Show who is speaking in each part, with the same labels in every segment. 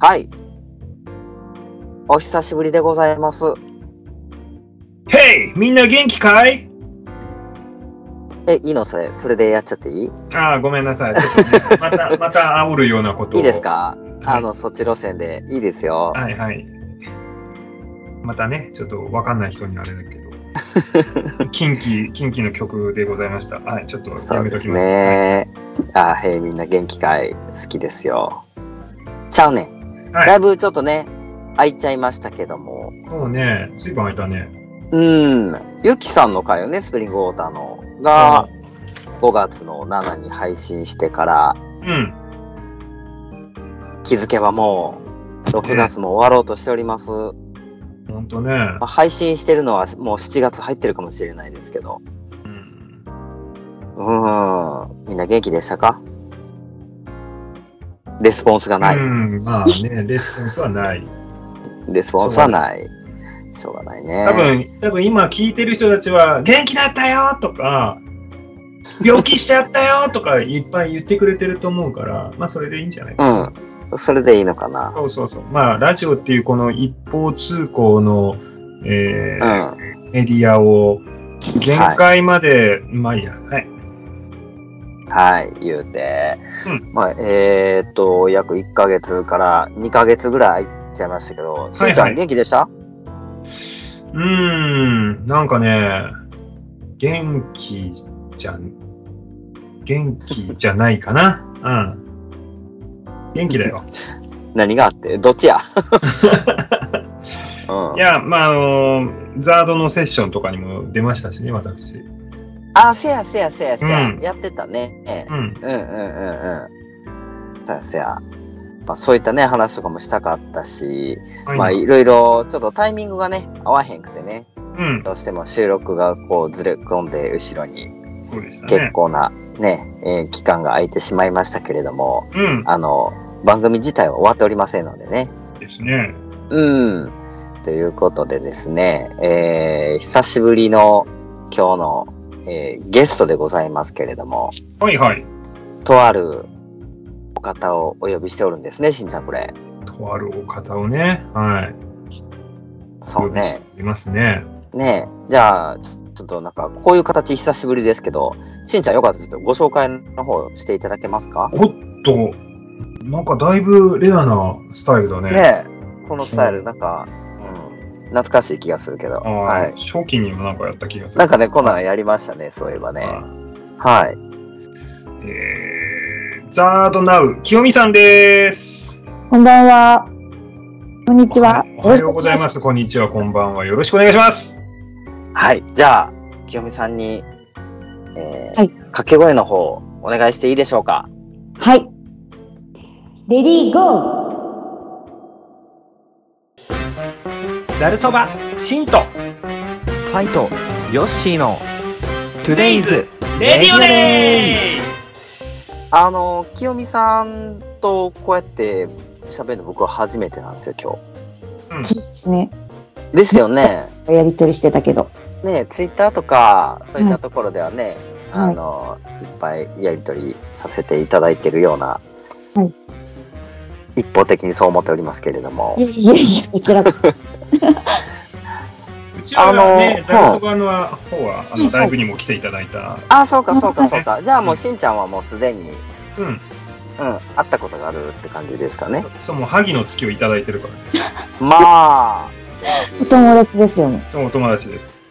Speaker 1: はい。お久しぶりでございます。
Speaker 2: ヘイみんな元気かい
Speaker 1: え、いいのそれ、それでやっちゃっていい
Speaker 2: ああ、ごめんなさい。ちょっとね、また、 また煽るようなこと
Speaker 1: い
Speaker 2: を。
Speaker 1: いですか
Speaker 2: はい
Speaker 1: あの、そっち路線で。いいですよ。
Speaker 2: はいはい。またね、ちょっとわかんない人にあれだけど。 近畿、近畿の曲でございました。はい、ちょっと
Speaker 1: そ
Speaker 2: や
Speaker 1: う
Speaker 2: め
Speaker 1: で
Speaker 2: とき
Speaker 1: す
Speaker 2: ます。
Speaker 1: ね。あ、へい、みんな元気かい好きですよ。ちゃうねん。
Speaker 2: はい
Speaker 1: だいぶちょっとね、空いちゃいましたけども。
Speaker 2: そうね、随分空いたね。
Speaker 1: うん。ゆきさんの回よね、スプリングウォーターの。が、5月の7に配信してから、
Speaker 2: うん。
Speaker 1: 気づけばもう、6月も終わろうとしております。
Speaker 2: ほんとね。
Speaker 1: まあ配信してるのはもう7月入ってるかもしれないですけど。
Speaker 2: うん
Speaker 1: うーん。みんな元気でしたかレスポンスがない。
Speaker 2: うん、まあね、レスポンスはない。
Speaker 1: レスポンスはない。しょうがないね。
Speaker 2: 多分、多分今聞いてる人たちは、元気だったよとか、病気しちゃったよとかいっぱい言ってくれてると思うから、まあそれでいいんじゃないか。
Speaker 1: うん。それでいいのかな。
Speaker 2: そうそうそう。まあラジオっていうこの一方通行の、え
Speaker 1: う
Speaker 2: ー
Speaker 1: ん。
Speaker 2: メディアを限界まで、まあいいや、はい。
Speaker 1: はい、言うて。
Speaker 2: うん
Speaker 1: まあ、えー、っと、約1ヶ月から2ヶ月ぐらい行っちゃいましたけど、しんちゃ
Speaker 2: はいは
Speaker 1: ん
Speaker 2: い
Speaker 1: 元気でした、
Speaker 2: うーん、なんかね、元気じゃ、元気じゃないかな。うん。元気だ よ。
Speaker 1: 何があってどっちやうん
Speaker 2: い。や、まあ、あのザードのセッションとかにも出ましたしね、私。
Speaker 1: あ、せやせやせやせや。
Speaker 2: うん
Speaker 1: やってたね。
Speaker 2: うん。
Speaker 1: うんうんうんうん。そうやそうや。まあ、そういったね、話とかもしたかったし、まあ、いろいろ、ちょっとタイミングがね、合わへんくてね、
Speaker 2: うん。
Speaker 1: どうしても収録がこう、ずれ込んで、後ろに
Speaker 2: そうでした
Speaker 1: 結
Speaker 2: ね。
Speaker 1: 構なね、えー期間が空いてしまいましたけれども、
Speaker 2: うん。
Speaker 1: あの、番組自体は終わっておりませんのでね。
Speaker 2: ですね。
Speaker 1: うん。ということでですね、えー久しぶりの今日の、えーゲストでございますけれども、
Speaker 2: はいはい。
Speaker 1: とあるお方をお呼びしておるんですね、しんちゃん、これ。
Speaker 2: とあるお方をね、はい。
Speaker 1: そうね。
Speaker 2: いますね。
Speaker 1: ねえ。じゃあ、ちょちょっとなんか、こういう形久しぶりですけど、しんちゃん、よかったらちょっとご紹介の方していただけますか
Speaker 2: おっと、なんかだいぶレアなスタイルだね。
Speaker 1: ねえ。このスタイル、なんか、うん、懐かしい気がするけど。
Speaker 2: ああ
Speaker 1: はい。
Speaker 2: 初期にもなんかやった気がする。
Speaker 1: なんかね、こんなんやりましたね、そういえばね。はい。
Speaker 2: えー、ザードナウ、清美さんです。
Speaker 3: こんばんは。こんにちは。
Speaker 2: おはようございま
Speaker 3: よ
Speaker 2: す。こんにちは、こんばんは。よろしくお願いします。
Speaker 1: はい。じゃあ、清美さんに、えー
Speaker 3: はい
Speaker 1: 掛け声の方、お願いしていいでしょうか
Speaker 3: ろしくお願いします。はい。レディーゴー。
Speaker 2: ざるそば、しんと、
Speaker 4: ファイトヨッシーのトゥデイズ
Speaker 2: レディオ
Speaker 4: レ
Speaker 2: でー
Speaker 1: あの、清美さんとこうやって喋るの僕は初めてなんですよ、今
Speaker 3: そうですね。
Speaker 1: 日。ですよね。
Speaker 3: やりとりしてたけど。
Speaker 1: ね、ツイッターとか、そういったところではね、
Speaker 3: はい
Speaker 1: あの、いっぱいやりとりさせていただいてるような、
Speaker 3: はい
Speaker 1: 一方的にそう思っておりますけれども
Speaker 3: い。やいやいや、こちらこそ。
Speaker 2: うちらはね、
Speaker 1: あ
Speaker 2: ざ
Speaker 1: の
Speaker 2: るそばの方は、あの、ライブにも来ていただいた。
Speaker 1: あ、そうか、そう
Speaker 3: は
Speaker 1: か、
Speaker 3: い
Speaker 1: そうか。じゃあもう、しんちゃんはもうすでに、
Speaker 2: うん。
Speaker 1: うん、会ったことがあるって感じですかね。
Speaker 2: そう、もう、萩の月をいただいてるからね。
Speaker 1: まあ、
Speaker 3: お友達ですよね。
Speaker 2: そう、お友達です。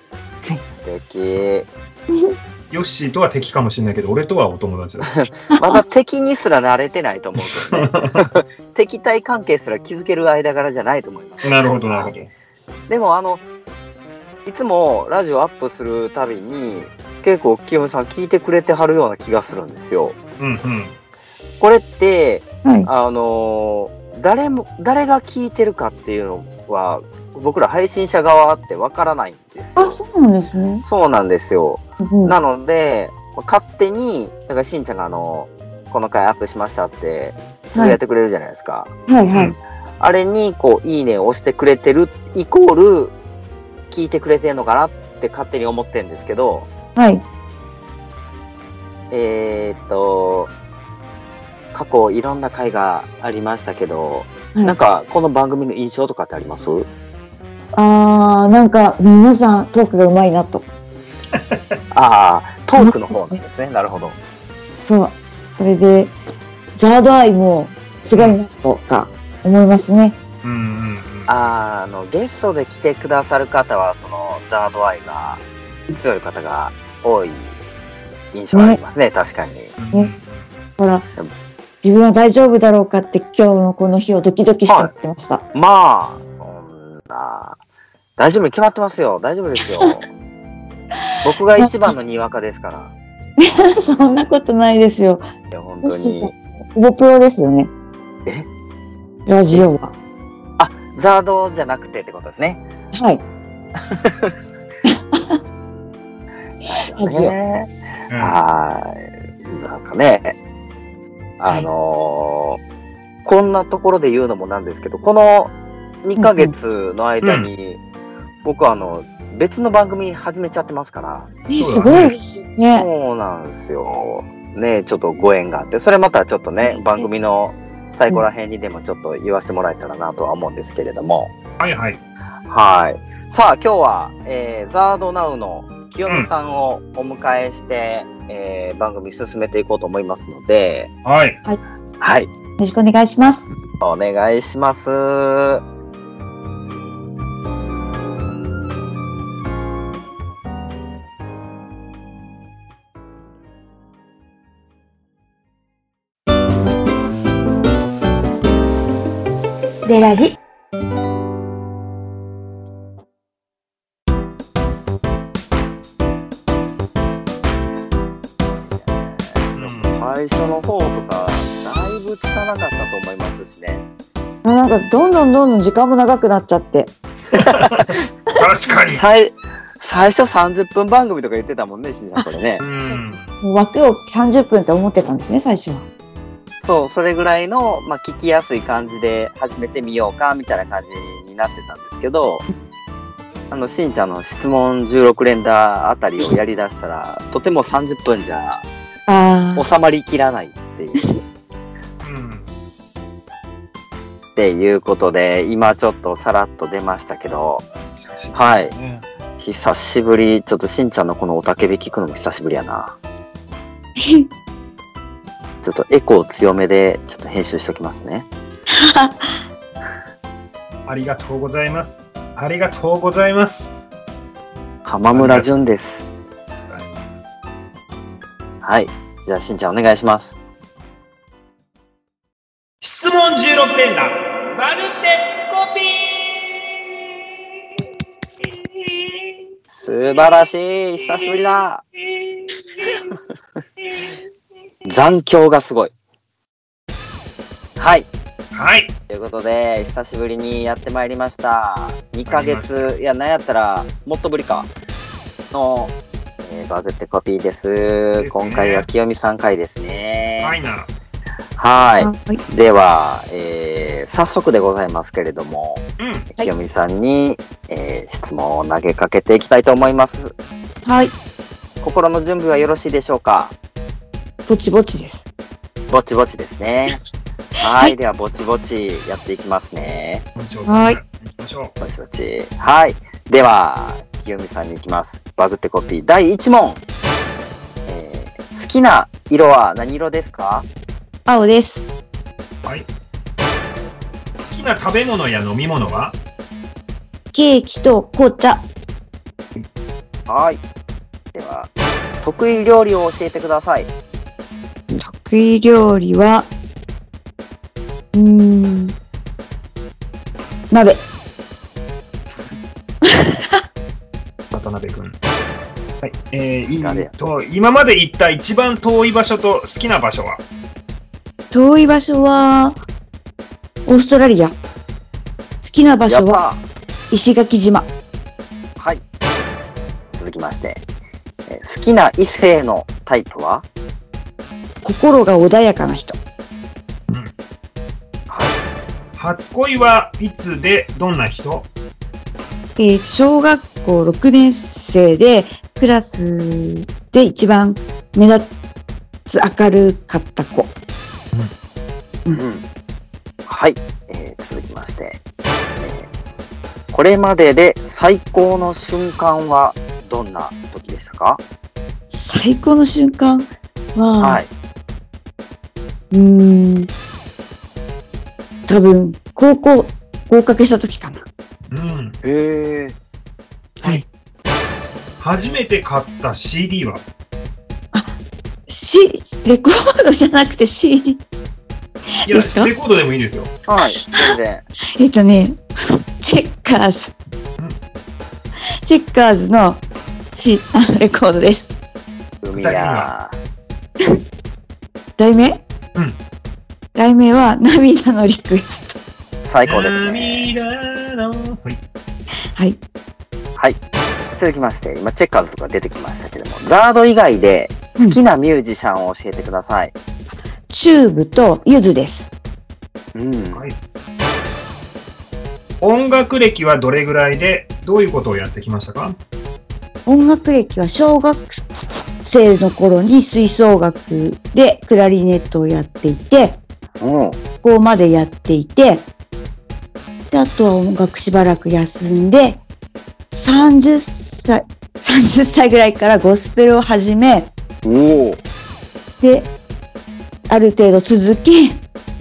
Speaker 1: 素敵。
Speaker 2: ヨッシーとは敵かもしれないけど、俺とはお友達だ。
Speaker 1: まだ敵にすら慣れてないと思うけどね。敵対関係すら気づける間柄じゃないと思います。
Speaker 2: なるほど、なるほど。
Speaker 1: でもあのいつもラジオアップするたびに結構清美さん聞いてくれてはるような気がするんですよ。
Speaker 2: うん、うん。
Speaker 1: これって
Speaker 3: はい。
Speaker 1: あのー誰も誰が聞いてるかっていうのは僕ら配信者側ってわからないんですよ
Speaker 3: あ、。そうなんですね。
Speaker 1: そうなんですよ。
Speaker 3: うん。
Speaker 1: なので勝手にだからしんちゃんがあのこの回アップしましたってつぶやいてくれるじゃないですか。
Speaker 3: はいはい。
Speaker 1: あれに、こう、いいねを押してくれてる、イコール、聞いてくれてるのかなって勝手に思ってるんですけど、
Speaker 3: はい。
Speaker 1: えーっと、過去いろんな回がありましたけど、なんか、この番組の印象とかってあります
Speaker 3: あー、なんか、皆さんトークがうまいなと。
Speaker 1: ああ、トークの方なんですね。なるほど。
Speaker 3: そう。それで、ザードアイもすごいなとか思いますね。
Speaker 2: うんうんうん。
Speaker 1: あーあの、ゲストで来てくださる方は、その、ザードアイが強い方が多い印象ありますね。確かに。
Speaker 2: うんうん
Speaker 3: ねほら、自分は大丈夫だろうかって今日のこの日をドキドキして待ってました。
Speaker 1: まあ、そんな、大丈夫に決まってますよ。大丈夫ですよ。僕が一番のにわかですから。
Speaker 3: そんなことないですよ。
Speaker 1: いや、本
Speaker 3: ヨッ
Speaker 1: 当
Speaker 3: シーさん
Speaker 1: に。、
Speaker 3: ほぼプロですよね。
Speaker 1: え
Speaker 3: ラジオは。
Speaker 1: ザードじゃなくてってことですね。
Speaker 3: はい。ラジオ
Speaker 1: ね
Speaker 2: うん
Speaker 1: はい。なんかね、あのーこんなところで言うのもなんですけど、この2ヶ月の間に、僕はあの、別の番組始めちゃってますから、
Speaker 3: ね、す
Speaker 2: そう
Speaker 3: ご
Speaker 2: だね
Speaker 3: い嬉しいね。
Speaker 1: そうなんですよ。ね、ちょっとご縁があって、それまたちょっとね、番組の最後ら辺にでもちょっと言わせてもらえたらなとは思うんですけれども、
Speaker 2: はいはい。
Speaker 1: はい。さあ、今日は、えー、ザードナウの清美さんをお迎えして、えー番組進めていこうと思いますので、
Speaker 2: はい。
Speaker 1: はい。
Speaker 3: よろしくお願いします。
Speaker 1: お願いします。
Speaker 3: でラジ。
Speaker 2: うん
Speaker 1: 最初の方とか、だいぶつかなかったと思いますしね。
Speaker 3: あなんか、どんどんどんどん時間も長くなっちゃって。
Speaker 2: 確か に。
Speaker 1: 最、最初30分番組とか言ってたもんね、しんちゃん、これね
Speaker 2: う。ん。
Speaker 3: もう枠を30分って思ってたんですね、最初は。
Speaker 1: そう、それぐらいの、まあ、聞きやすい感じで始めてみようか、みたいな感じになってたんですけど、あの、しんちゃんの質問16連打あたりをやりだしたら、とても30分じゃ
Speaker 3: ああ。
Speaker 1: 収まりきらないっていう、
Speaker 2: うん。
Speaker 1: っていうことで、今ちょっとさらっと出ましたけど、はい久しぶり、ちょっとしんちゃんのこのおたけび聞くのも久しぶりやな。ちょっとエコー強めで、ちょっと編集しときますね。
Speaker 2: ありがとうございます。ありがとうございます。
Speaker 1: 浜村淳です。はい。じゃあ、しんちゃんお願いします。
Speaker 2: 質問16連打、まるでコピ
Speaker 1: 素晴らしい久しぶりだ残響がすごい。はい。
Speaker 2: ーはい。
Speaker 1: ということで、久しぶりにやってまいりました。2ヶ月、いや、なんやったら、もっとぶりか。の、えーバグってコピーです。
Speaker 2: ね
Speaker 1: 今回は清美さん回ですね。
Speaker 2: ファイナル。
Speaker 1: はい。
Speaker 3: はい。
Speaker 1: では、えー早速でございますけれども、
Speaker 2: うん。
Speaker 3: い
Speaker 1: 清美さんに、えー質問を投げかけていきたいと思います。
Speaker 3: はい。
Speaker 1: 心の準備はよろしいでしょうか
Speaker 3: ぼちぼちです。
Speaker 1: ぼちぼちです ね。は、
Speaker 3: はいい
Speaker 1: ではぼちぼちやっていきますね。
Speaker 3: はい
Speaker 2: 行きましょ
Speaker 1: ぼちぼち。はい。では、清美さんに行きます。バグってコピー第1問。えー好きな色は何色ですか
Speaker 3: 青です。
Speaker 2: う。はい。好きな食べ物や飲み物は
Speaker 3: ケーキと紅茶。
Speaker 1: はい。では、得意料理を教えてください。
Speaker 3: 得意料理は、うーん、鍋。
Speaker 2: 渡辺君。はい。えー、い
Speaker 1: 誰や
Speaker 2: いと、今まで行った一番遠い場所と好きな場所は
Speaker 3: 遠い場所は、オーストラリア。好きな場所は
Speaker 1: やっ
Speaker 3: 石垣島。
Speaker 1: たはい。続きまして、えー好きな異性のタイプは
Speaker 3: 心が穏やかな人。
Speaker 1: はい。
Speaker 2: 初恋はいつでどんな人
Speaker 3: えー小学校6年生で、クラスで一番目立つ明るかった子。
Speaker 1: うんはい、えーまして、えーこれまでで最高の瞬間はどんな時でしたか、
Speaker 3: 最高の瞬間は、
Speaker 1: はい。
Speaker 3: うーん、多分、高校合格した時かな。
Speaker 2: うん。
Speaker 1: へえ。
Speaker 3: はい。
Speaker 2: 初めて買った CD は
Speaker 3: C、レコードじゃなくて CD。
Speaker 2: いや
Speaker 3: です、か
Speaker 2: レコードでもいいですよ。
Speaker 1: はい。全然。
Speaker 3: えっとね、チェッカーズ
Speaker 2: うん。
Speaker 3: チェッカーズの C、あのレコードです。
Speaker 1: 海 や。
Speaker 3: 題名
Speaker 2: うん。
Speaker 3: 題名は、 涙のリクエスト。
Speaker 1: 最高ですね。
Speaker 2: 涙の、はい。
Speaker 3: はい。
Speaker 1: 続きまして、今、チェッカーズとか出てきましたけども、ザード以外で好きなミュージシャンを教えてください。
Speaker 3: チューブとゆずです。
Speaker 1: うん。
Speaker 2: はい音楽歴はどれぐらいで、どういうことをやってきましたか
Speaker 3: 音楽歴は小学生の頃に吹奏楽でクラリネットをやっていて、
Speaker 1: うん。
Speaker 3: 学校までやっていて、で、あとは音楽しばらく休んで、30歳、30歳ぐらいからゴスペルを始め、
Speaker 1: おお。
Speaker 3: で、ある程度続き、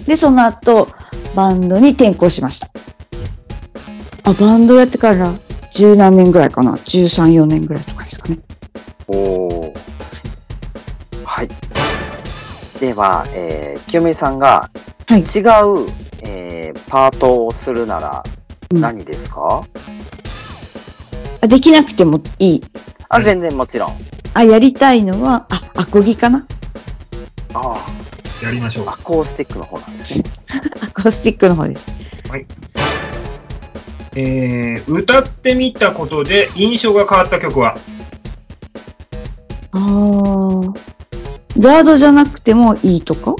Speaker 3: で、その後、バンドに転校しました。あ、バンドやってから十何年ぐらいかな。13、4年ぐらいとかですかね。
Speaker 1: おお。はい。では、えー、清美さんが、
Speaker 3: はい
Speaker 1: 違う、えー、パートをするなら
Speaker 3: うん
Speaker 1: 何ですか、
Speaker 3: あできなくてもいい。
Speaker 1: あ、全然もちろん。
Speaker 3: あ、やりたいのは、あ、アコギかな
Speaker 1: あ
Speaker 2: やりましょう
Speaker 1: あ、。アコースティックの方なんですね。
Speaker 3: アコースティックの方です。
Speaker 2: えー、歌ってみたことで印象が変わった曲は
Speaker 3: ああ。ザードじゃなくてもいいとか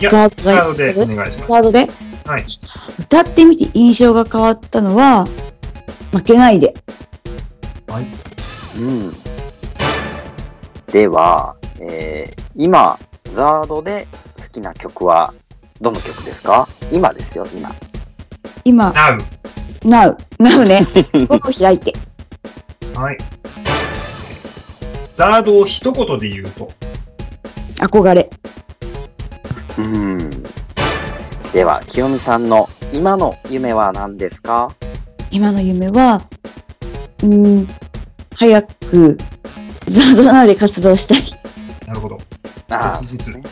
Speaker 2: いや、
Speaker 3: ザード
Speaker 2: なので
Speaker 3: ザ
Speaker 2: お
Speaker 3: ード
Speaker 2: 願いします。
Speaker 3: ザードで
Speaker 2: はい。
Speaker 3: 歌ってみて印象が変わったのは、負けないで。
Speaker 1: うん。では、えー、今、ザードで好きな曲は、どの曲ですか今ですよ、今。
Speaker 3: 今、
Speaker 2: なう。
Speaker 3: Now。Now ね。ここ開いて。
Speaker 2: はい。ザードを一言で言うと。
Speaker 3: 憧れ。
Speaker 1: うん。では、清美さんの今の夢は何ですか
Speaker 3: 今の夢は、うーん、早く、ザードなで活動したい。
Speaker 2: なるほど。
Speaker 1: あ
Speaker 2: 切実
Speaker 1: ね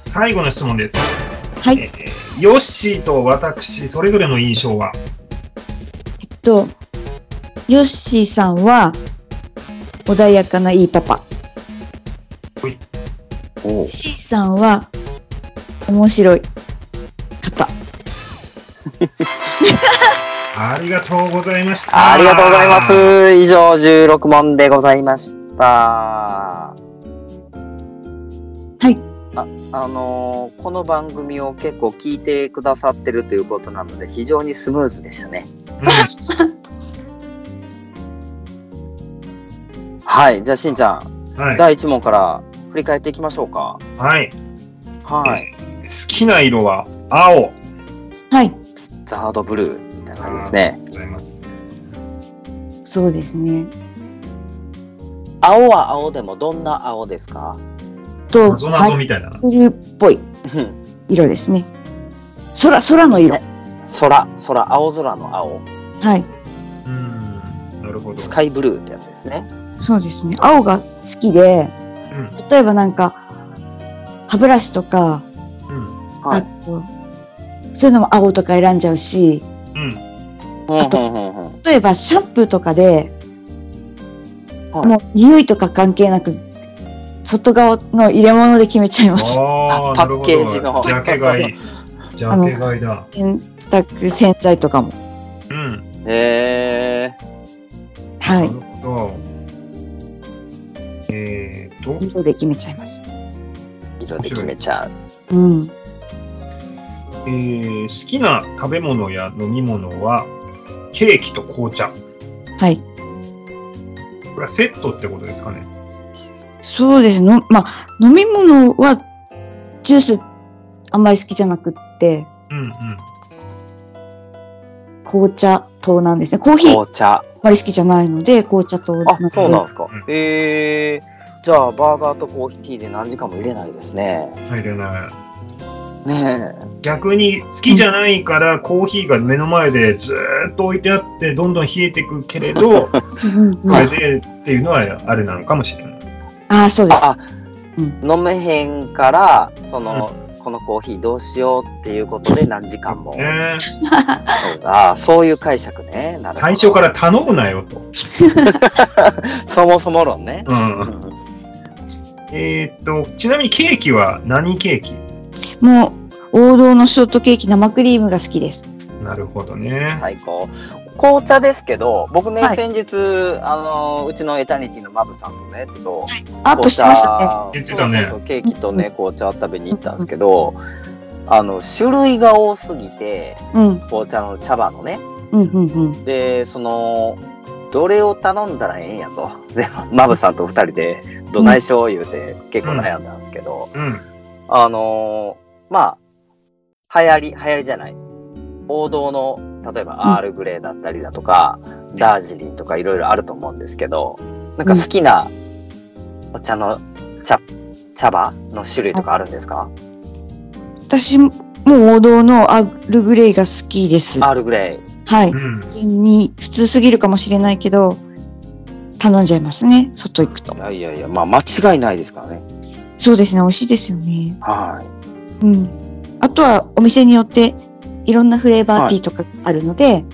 Speaker 2: 最後の質問です。
Speaker 3: はい
Speaker 2: えーヨッシーと私、それぞれの印象は
Speaker 3: えっと、ヨッシーさんは、穏やかないいパパ。
Speaker 1: うんおう
Speaker 3: C さんは、面白い方。
Speaker 2: ありがとうございました。
Speaker 1: ありがとうございます。以上、16問でございました。はい。ああのーこの番組を結構聞いてくださってるということなので、非常にスムーズでしたね。
Speaker 2: うん
Speaker 1: はい。じゃあ、しんちゃん、
Speaker 2: はい。
Speaker 1: 第1問から振り返っていきましょうか。
Speaker 2: はい。
Speaker 1: はい。
Speaker 2: 好きな色は青。
Speaker 3: はい。
Speaker 1: ザードブルーみたいな感じですね。
Speaker 2: ございます。
Speaker 3: そうですね。
Speaker 1: 青は青でもどんな青ですか
Speaker 3: と、
Speaker 2: 謎謎みたいだな。
Speaker 3: ブルーっぽい色ですね。空、空の色。
Speaker 1: 空、空、青空の青。
Speaker 3: はい。
Speaker 2: うん。なるほど。
Speaker 1: スカイブルーってやつですね。
Speaker 3: そうですね。青が好きで、
Speaker 2: うん。
Speaker 3: 例えばなんか、歯ブラシとか、
Speaker 2: うん。
Speaker 1: は
Speaker 3: あ
Speaker 1: い。
Speaker 3: と、そういうのも青とか選んじゃうし、
Speaker 2: うん。
Speaker 1: うん
Speaker 3: と
Speaker 1: うんうんうん
Speaker 3: 例えばシャンプーとかで、
Speaker 1: はい
Speaker 3: もう匂いとか関係なく、外側の入れ物で決めちゃいます。
Speaker 2: ああ、
Speaker 1: パッケージの
Speaker 2: なるほどジャケ買い。ジャケ買いだ。
Speaker 3: 洗濯洗剤とかも。
Speaker 2: うん。
Speaker 1: へー。
Speaker 3: は
Speaker 2: ないる。ほど。えー、と、
Speaker 3: 色で決めちゃいます。
Speaker 1: 色で決めちゃう。
Speaker 3: うん。
Speaker 2: えー、好きな食べ物や飲み物は、ケーキと紅茶。
Speaker 3: はい。
Speaker 2: これはセットってことですかね。
Speaker 3: そうですの、まあ、飲み物はジュースあんまり好きじゃなくって、
Speaker 2: うんうん。
Speaker 3: 紅茶糖なんですね。コーヒー、あ
Speaker 1: 紅茶。
Speaker 3: まり好きじゃないので、紅茶糖な
Speaker 1: あ
Speaker 3: の、で。
Speaker 1: そうなんですか
Speaker 2: うん。
Speaker 1: えー、じゃあ、バーガーとコーヒーで何時間も入れないですね。
Speaker 2: 入れない。
Speaker 1: ねえ。
Speaker 2: 逆に好きじゃないからコーヒーが目の前でずーっと置いてあってどんどん冷えてくけれ ど、こ
Speaker 3: うんうんうん
Speaker 2: れでっていうのはあれなのかもしれない。
Speaker 3: ああ、そうです。
Speaker 1: あ、
Speaker 3: うん
Speaker 1: 飲めへんから、その、このコーヒーどうしようっていうことで何時間も。
Speaker 2: ね
Speaker 1: そうあーそういう解釈ね。なるほど
Speaker 2: 最初から頼むなよと。
Speaker 1: そもそも論ね。
Speaker 2: うん。えーっと、ちなみにケーキは何ケーキ
Speaker 3: もう、王道のショートケーキ生クリームが好きです。
Speaker 2: なるほどね。
Speaker 1: 最高。紅茶ですけど、僕ね、
Speaker 3: はい
Speaker 1: 先日、あの、うちのエタニティのマブさんとね、ちょっと、
Speaker 3: アップしてましたね。
Speaker 1: ね
Speaker 2: 言ってた
Speaker 1: そう
Speaker 2: ね
Speaker 1: そうそうケーキとね、紅茶を食べに行ったんですけど、あの、種類が多すぎて、
Speaker 3: うん、
Speaker 1: 紅茶の茶葉のね。
Speaker 3: うん、うん、うん。
Speaker 1: で、その、どれを頼んだらええんやと。で、マブさんと二人で、どないしよう言うて、結構悩んだんですけど、
Speaker 2: うん。
Speaker 1: あのーまあ、流行り、流行りじゃない。王道の、例えばアールグレーだったりだとか、ダージリンとかいろいろあると思うんですけど、なんか好きなお茶の茶、茶葉の種類とかあるんですか
Speaker 3: 私も王道のアールグレイが好きです。
Speaker 1: ア
Speaker 3: は
Speaker 1: ールグレ
Speaker 2: う
Speaker 3: い。
Speaker 2: ん。
Speaker 3: 普通に、普通すぎるかもしれないけど、頼んじゃいますね。外行くと。
Speaker 1: ー。いやいやいや、まあ間違いないですからね。
Speaker 3: そうですね。美味しいですよね。
Speaker 1: はい。
Speaker 3: うん。あとは、お店によって、いろんなフレーバーティーとかあるので、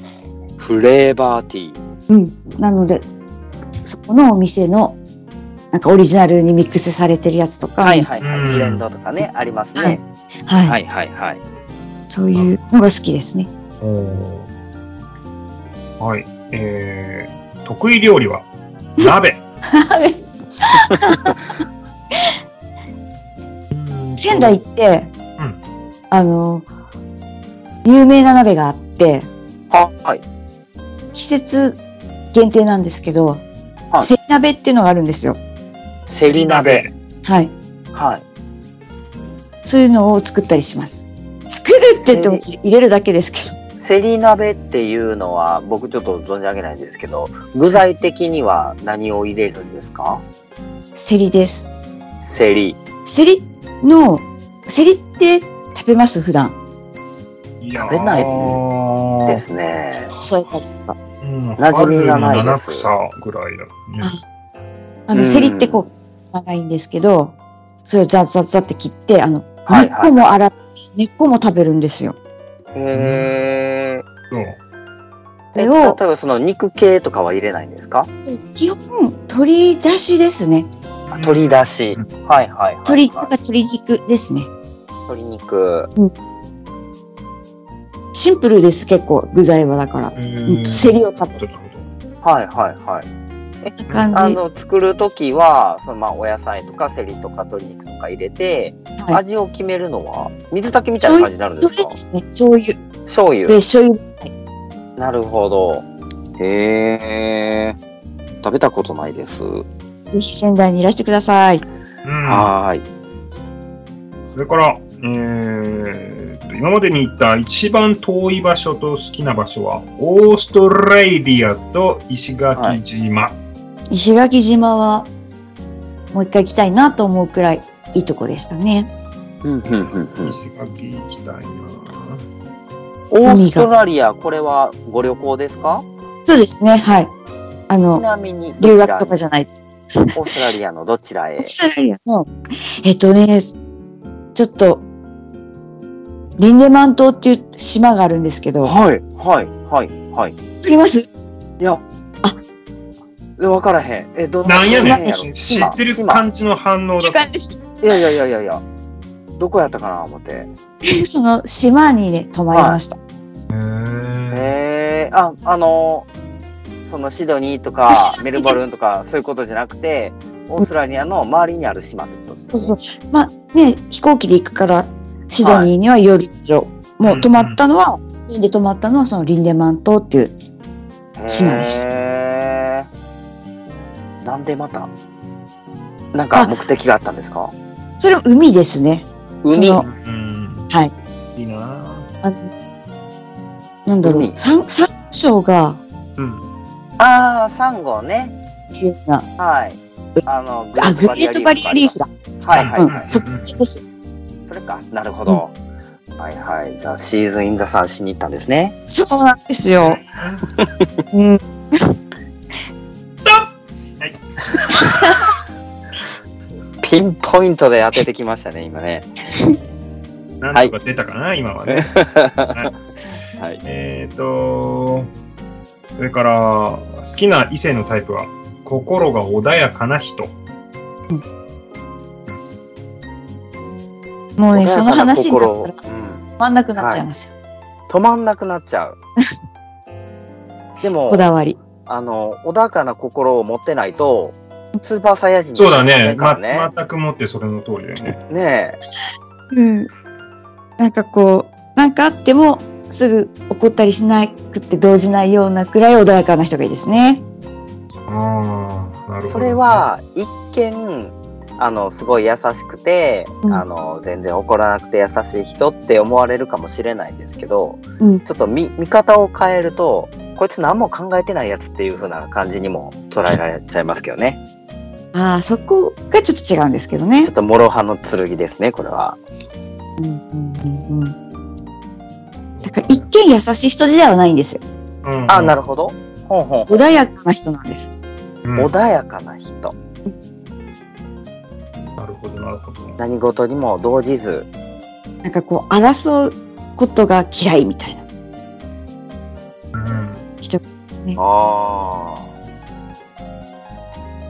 Speaker 1: フレーバーティー。
Speaker 3: うん。なので、そこのお店の、なんかオリジナルにミックスされてるやつとか、
Speaker 1: はいはいは
Speaker 2: う
Speaker 1: い。
Speaker 2: ん
Speaker 1: ブレンドとかね、ありますね。
Speaker 3: はい
Speaker 1: はいはいはい。
Speaker 3: そういうのが好きですね。
Speaker 2: おーはい。えー、得意料理は鍋。
Speaker 3: 仙台行って、
Speaker 2: うん
Speaker 3: あの、有名な鍋があって、
Speaker 1: は、はい。
Speaker 3: 季節限定なんですけど、
Speaker 1: はい
Speaker 3: せり鍋っていうのがあるんですよ。
Speaker 1: セリ 鍋。。
Speaker 3: はい。
Speaker 1: はい。
Speaker 3: そういうのを作ったりします。作るって言っても入れるだけですけど。
Speaker 1: セリ鍋っていうのは僕ちょっと存じ上げないんですけど具材的には何を入れるんですか
Speaker 3: せりです。
Speaker 1: セリ
Speaker 3: せりの、せりって食べます普段。
Speaker 2: 食
Speaker 1: 食べない
Speaker 2: で
Speaker 1: ですね
Speaker 3: 添えたりとか。
Speaker 2: うん、
Speaker 1: 馴染みがないです
Speaker 2: 春の七草ぐらいだね。
Speaker 3: あ
Speaker 1: う
Speaker 3: の、
Speaker 1: ん
Speaker 3: セリってこう、長いんですけど、それをザッザッザッって切って、あの、
Speaker 1: はい
Speaker 3: 根っこも洗って、根っこも食べるんですよ。
Speaker 1: へー
Speaker 2: そう。
Speaker 1: え
Speaker 3: これ
Speaker 1: 例え
Speaker 3: を
Speaker 1: ばその肉系とかは入れないんですか
Speaker 3: 基本、鶏出しですね。
Speaker 1: 鶏だし、はいはいはい、はい、
Speaker 3: 鶏とか鶏肉ですね。
Speaker 1: 鶏肉
Speaker 3: シンプルです、結構、具材はだから。
Speaker 2: うん
Speaker 3: セリを食べる。
Speaker 2: なるほど
Speaker 1: はいはいはい
Speaker 3: って感
Speaker 1: あ
Speaker 3: じ。
Speaker 1: の作る時はそのまあお野菜とかセリとか鶏肉とか入れて、
Speaker 3: はい
Speaker 1: 味を決めるのは水炊きみたいな感じになるんで
Speaker 3: それ
Speaker 1: すか
Speaker 3: ですね、醤油。
Speaker 1: 醤油
Speaker 3: で、醤油。はい
Speaker 1: なるほど。へえ。食べたことないです。
Speaker 3: ぜひ仙台にいらしてください。
Speaker 2: うん。
Speaker 1: はーい。
Speaker 2: それから、えーっと、今までに行った一番遠い場所と好きな場所は、オーストラリアと石垣島。
Speaker 3: 石垣島は、もう一回行きたいなと思うくらい、いいとこでしたね。
Speaker 1: うんうんうんうん
Speaker 2: 石垣行きたいな
Speaker 1: オーストラリア、これはご旅行ですか
Speaker 3: そうですね、はい。あ
Speaker 1: ち
Speaker 3: の、
Speaker 1: なみに、
Speaker 3: 留学とか
Speaker 1: どち
Speaker 3: じゃない。
Speaker 1: らにオーストラリアのどちらへ
Speaker 3: オーストラリアの、えっとね、ちょっと、リンデマン島っていう島があるんですけど、わか
Speaker 1: はい、はい、はい、はい。
Speaker 3: ります
Speaker 1: いや、
Speaker 3: あ
Speaker 1: え、わからへん。え、ど
Speaker 2: なんや
Speaker 1: 島
Speaker 2: ね
Speaker 1: や
Speaker 2: ん
Speaker 1: ろ
Speaker 2: 知ってる
Speaker 1: 島
Speaker 2: 感じの反応だった。
Speaker 1: 島いやいやいやいやいや。どこやったかな思って。
Speaker 3: その島にね、泊まりました。
Speaker 1: へ
Speaker 2: へ
Speaker 1: え、あ、あの、そのシドニーと かメルボルンとかそういうことじゃなくて、オーストラリアの周りにある島ってことです
Speaker 3: そ
Speaker 1: ね。
Speaker 3: うそうまあね、飛行機で行くから、シドニーには夜以上。もう泊まったのは、で泊まったのはそのリンデマン島っていう、島でした
Speaker 1: へーなんでまたなんか
Speaker 3: あ
Speaker 1: 目的があったんですか
Speaker 3: それは海ですね。そ
Speaker 1: 海
Speaker 3: の
Speaker 2: ーうん
Speaker 3: はい。
Speaker 2: いいな
Speaker 3: あのなんだろう
Speaker 1: 海、
Speaker 3: 三、三章が、
Speaker 2: うん。
Speaker 1: ああ、サンゴね。
Speaker 3: 綺麗な、
Speaker 1: はい。あの、グ
Speaker 3: あ、グレートバリアリーフだ。
Speaker 1: だ。はいはいは
Speaker 3: う
Speaker 1: い
Speaker 3: ん、。そこです。
Speaker 1: それか。なるほど。はいはい。じゃあ、シーズンインザさんしに行ったんですね。
Speaker 3: そうなんですよ。 うん。
Speaker 2: ストッ
Speaker 1: ピンポイントで当ててきましたね、今ね。
Speaker 2: プなんとか出たかな、今はね。
Speaker 1: はい。
Speaker 2: えっと、それから、好きな異性のタイプは、心が穏やかな人。
Speaker 3: もうね、その話にな
Speaker 1: 心を
Speaker 3: ったら
Speaker 1: うん
Speaker 3: 止まんなくなっちゃいますよ。
Speaker 1: 止まんなくなっちゃう。でも
Speaker 3: こ、だわり。
Speaker 1: あの、穏やかな心を持ってないと、スーパーサイヤ人
Speaker 2: そうだ
Speaker 1: になりませ
Speaker 2: ね。
Speaker 1: んか
Speaker 2: ま
Speaker 1: らね。、
Speaker 2: 全くもってそれの通りだよね。
Speaker 1: ね
Speaker 3: うん。なんかこう、なんかあっても、すぐ怒ったりしなくって動じないようなくらい穏やかな人がいいですね。
Speaker 2: ああ、なるほど。
Speaker 1: え。それ、は、一見、あの、すごい優しくて、
Speaker 3: うん
Speaker 1: あの、全然怒らなくて優しい人って思われるかもしれないんですけど、
Speaker 3: うん
Speaker 1: ちょっと見、見方を変えると、こいつ何も考えてないやつっていう風な感じにも捉えられちゃいますけどね。
Speaker 3: ああ、そこがちょっと違うんですけどね
Speaker 1: ちょっ。と諸刃の剣ですね、これは。
Speaker 3: うんうんうんうん。だから一見優しい人ではないんですよ。
Speaker 2: うん、
Speaker 1: あ、なるほど。ほんほん。
Speaker 3: 穏やかな人なんです。
Speaker 2: うんなる
Speaker 1: 穏やかな人。
Speaker 2: ほど、なるほど。
Speaker 1: 何事にも動じず、
Speaker 3: なんかこう、争うことが嫌いみたいな
Speaker 2: うん
Speaker 3: 人。
Speaker 1: あ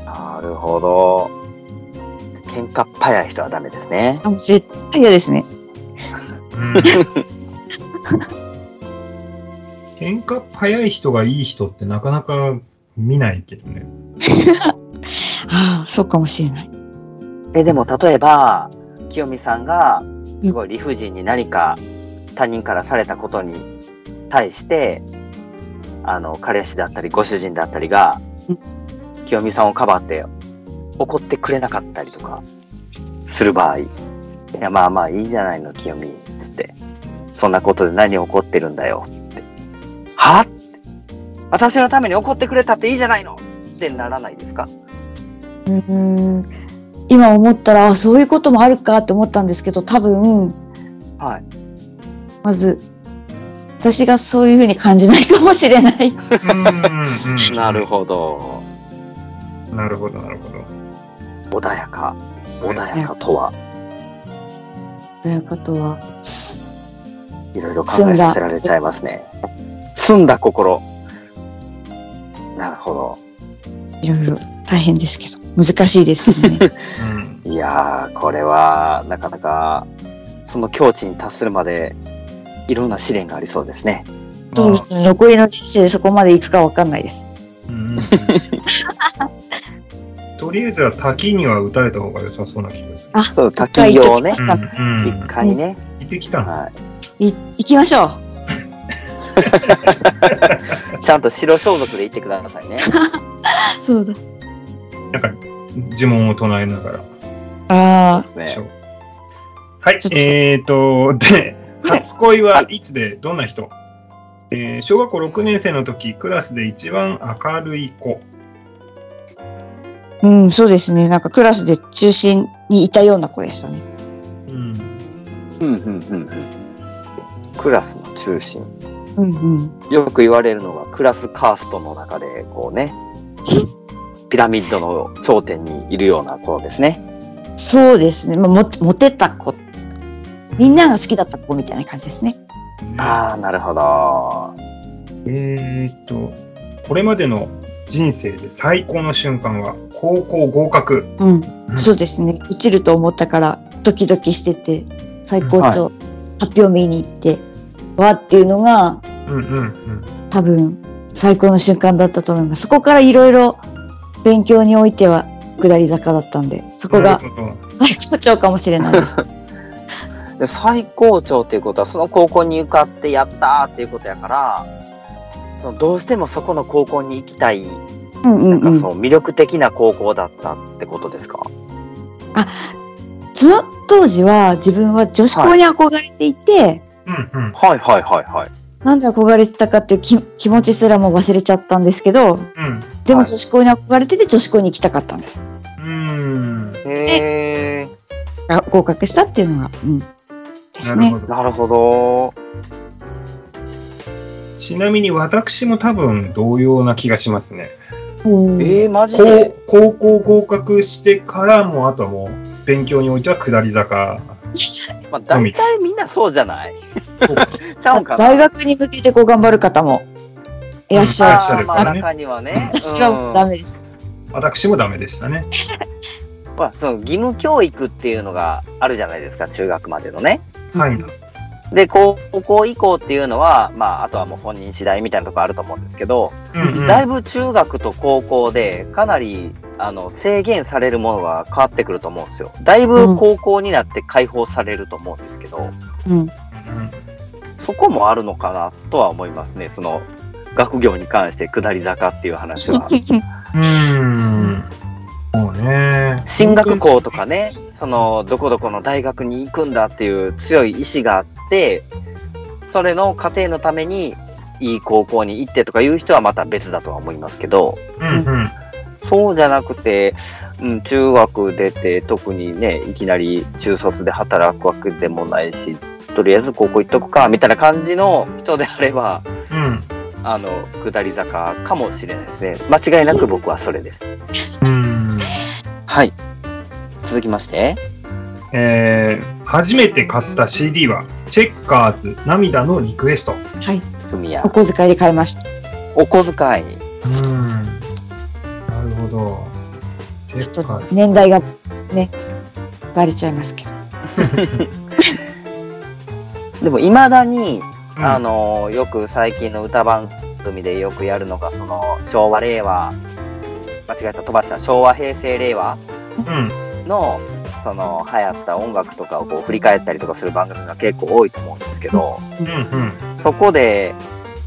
Speaker 1: あ。なるほど。喧嘩っ早い人はダメですね。
Speaker 3: あ、もう絶対嫌ですね。
Speaker 2: うん喧嘩早い人がいい人ってなかなか見ないけどね。
Speaker 3: ああ、そうかもしれない。
Speaker 1: え、でも例えば、清美さんが、すごい理不尽に何か他人からされたことに対して、あの、彼氏だったり、ご主人だったりが
Speaker 3: う、
Speaker 1: 清美さんをかばって怒ってくれなかったりとか、する場合、いや、まあまあいいじゃないの、清美、つって。そんなことで何怒ってるんだよ、って。はって私のために怒ってくれたっていいじゃないのってならないですか
Speaker 3: うーん。今思ったら、あそういうこともあるかって思ったんですけど、多分、
Speaker 1: はい。
Speaker 3: まず、私がそういうふうに感じないかもしれない。
Speaker 2: うんうん
Speaker 1: なるほど。
Speaker 2: なるほど、なるほど。
Speaker 1: 穏やか。穏やかとは、
Speaker 3: ということは、
Speaker 1: いろいろ考えさせられちゃいますね。澄んだ心。なるほ
Speaker 3: いろいろ大変ですけど、難しいですけど ね。
Speaker 2: うん
Speaker 1: ど。いやー、これは、なかなか、その境地に達するまで、いろんな試練がありそうですね。
Speaker 3: どう残りの人生でそこまで行くかわかんないです。
Speaker 2: うんうんうんとりあえずは滝には打たれた方が良さそうな気がする。
Speaker 3: あ、
Speaker 1: そう、
Speaker 3: 一回
Speaker 1: 滝
Speaker 3: 行っと
Speaker 1: 行ね
Speaker 3: きま。
Speaker 2: う
Speaker 3: すか。
Speaker 2: んうん
Speaker 1: 一回ね。
Speaker 2: 行ってきたな。
Speaker 1: はい
Speaker 3: 行きましょう。
Speaker 1: い。ちゃんと白装束で行ってくださ いね。
Speaker 3: そうだ。
Speaker 2: なんか呪文を唱えながら。
Speaker 3: あ
Speaker 1: です
Speaker 2: でしょ
Speaker 1: ね。
Speaker 2: うはい
Speaker 3: ちょっ、と
Speaker 2: えーと、で、
Speaker 3: はい
Speaker 2: 初恋はいつでどんな人、えー小学校6年生の時、クラスで一番明るい子。
Speaker 3: あ、うん、そうですね。なんかクラスで中心にいたような子でしたね。
Speaker 2: うん。
Speaker 1: うんうんうんうん。クラスの中心。
Speaker 3: うんうん。
Speaker 1: よく言われるのがクラスカーストの中でこうねピラミッドの頂点にいるような子ですね
Speaker 3: そうですね。まあ、もモテた子。みんなが好きだった子みたいな感じですね。
Speaker 1: ああなるほど
Speaker 2: えーと、これまでの人生で最高の瞬間は、高校合格。
Speaker 3: うん。
Speaker 2: うん
Speaker 3: そうですね。落ちると思ったから、ドキドキしてて、最高潮、発表見に行って、わーっていうのが、
Speaker 2: うんうんうん。
Speaker 3: 多分、最高の瞬間だったと思います。そこからいろいろ勉強においては、下り坂だったんで、そこが
Speaker 2: なるほど
Speaker 3: 最高潮かもしれない です。
Speaker 1: で最高潮っていうことはその高校に受かってやったーっていうことやからそのどうしてもそこの高校に行きたい
Speaker 3: うんう
Speaker 1: なん
Speaker 3: んう
Speaker 1: か
Speaker 3: ん
Speaker 1: そ。の魅力的な高校だったってことですか、
Speaker 3: その当時は自分は女子校に憧れていて、
Speaker 2: うんうん。
Speaker 1: はいはいはいはい
Speaker 3: なんで憧れてたかっていうき気持ちすらも忘れちゃったんですけど、
Speaker 2: うん。
Speaker 3: でも
Speaker 1: はい
Speaker 3: 女子校に憧れてて女子校に行きたかったんです。
Speaker 2: うん。
Speaker 1: へえ。
Speaker 3: あ合格したっていうのが、うん。です
Speaker 2: なる
Speaker 3: ね
Speaker 2: ほ。ど。
Speaker 1: なるほど。
Speaker 2: ちなみに私も多分同様な気がしますね。
Speaker 3: うん
Speaker 1: えー、マジ
Speaker 2: 高
Speaker 1: で
Speaker 2: 高校合格してからも、あとはもう、勉強においては下 り坂。
Speaker 1: まあ、大体みんなそうじゃないちゃ
Speaker 3: あ
Speaker 1: うんかな
Speaker 3: 大学に向けてこう頑張る方もいらっし
Speaker 2: いら
Speaker 3: ゃ
Speaker 2: っしゃ
Speaker 1: あ
Speaker 2: る
Speaker 1: ーま
Speaker 2: か
Speaker 1: あ
Speaker 2: らね
Speaker 1: 中にはね。
Speaker 3: る。私はもうダメです。
Speaker 2: 私もダメでしたね。
Speaker 1: うんまあ、その義務教育っていうのがあるじゃないですか、中学までのね。
Speaker 2: はい。
Speaker 1: で、高校以降っていうのは、まあ、あとはもう本人次第みたいなとこあると思うんですけど、
Speaker 2: うんうん
Speaker 1: だいぶ中学と高校でかなりあの制限されるものが変わってくると思うんですよ。だいぶ高校になって解放されると思うんですけど、
Speaker 3: うん。
Speaker 2: うん
Speaker 1: そこもあるのかなとは思いますね。その学業に関して下り坂っていう話 は。
Speaker 2: うーん。そうね。
Speaker 1: 進学校とかね、そのどこどこの大学に行くんだっていう強い意志があって、それの過程のためにいい高校に行ってとかいう人はまた別だとは思いますけど、
Speaker 2: うんうん。
Speaker 1: そうじゃなくて、うん、中学出て、特にね、いきなり中卒で働くわけでもないし、とりあえず高校行っとくか、みたいな感じの人であれば、
Speaker 2: うん。
Speaker 1: あの、下り坂かもしれないですね。間違いなく僕はそれです。
Speaker 2: うん。
Speaker 1: はい。続きまして。
Speaker 2: えー、初めて買った CD は、チェッカーズ涙のリクエスト。
Speaker 3: はい。
Speaker 1: 海や
Speaker 3: お小遣いで買いました。
Speaker 1: お小遣い。
Speaker 2: うん。なるほど。チェ
Speaker 3: ちょ
Speaker 2: ッ
Speaker 3: っ
Speaker 2: カ
Speaker 3: と
Speaker 2: ーズ。
Speaker 3: 年代がね、バレちゃいますけど。
Speaker 1: でも、未だに、
Speaker 2: うん
Speaker 1: あ、の、よく最近の歌番組でよくやるのが、その、昭和、令和、間違えた、飛ばした、昭和、平成、令和
Speaker 2: うん。
Speaker 1: のその流行った音楽とかをこう振り返ったりとかする番組が結構多いと思うんですけど、
Speaker 2: うんうん。
Speaker 1: そこで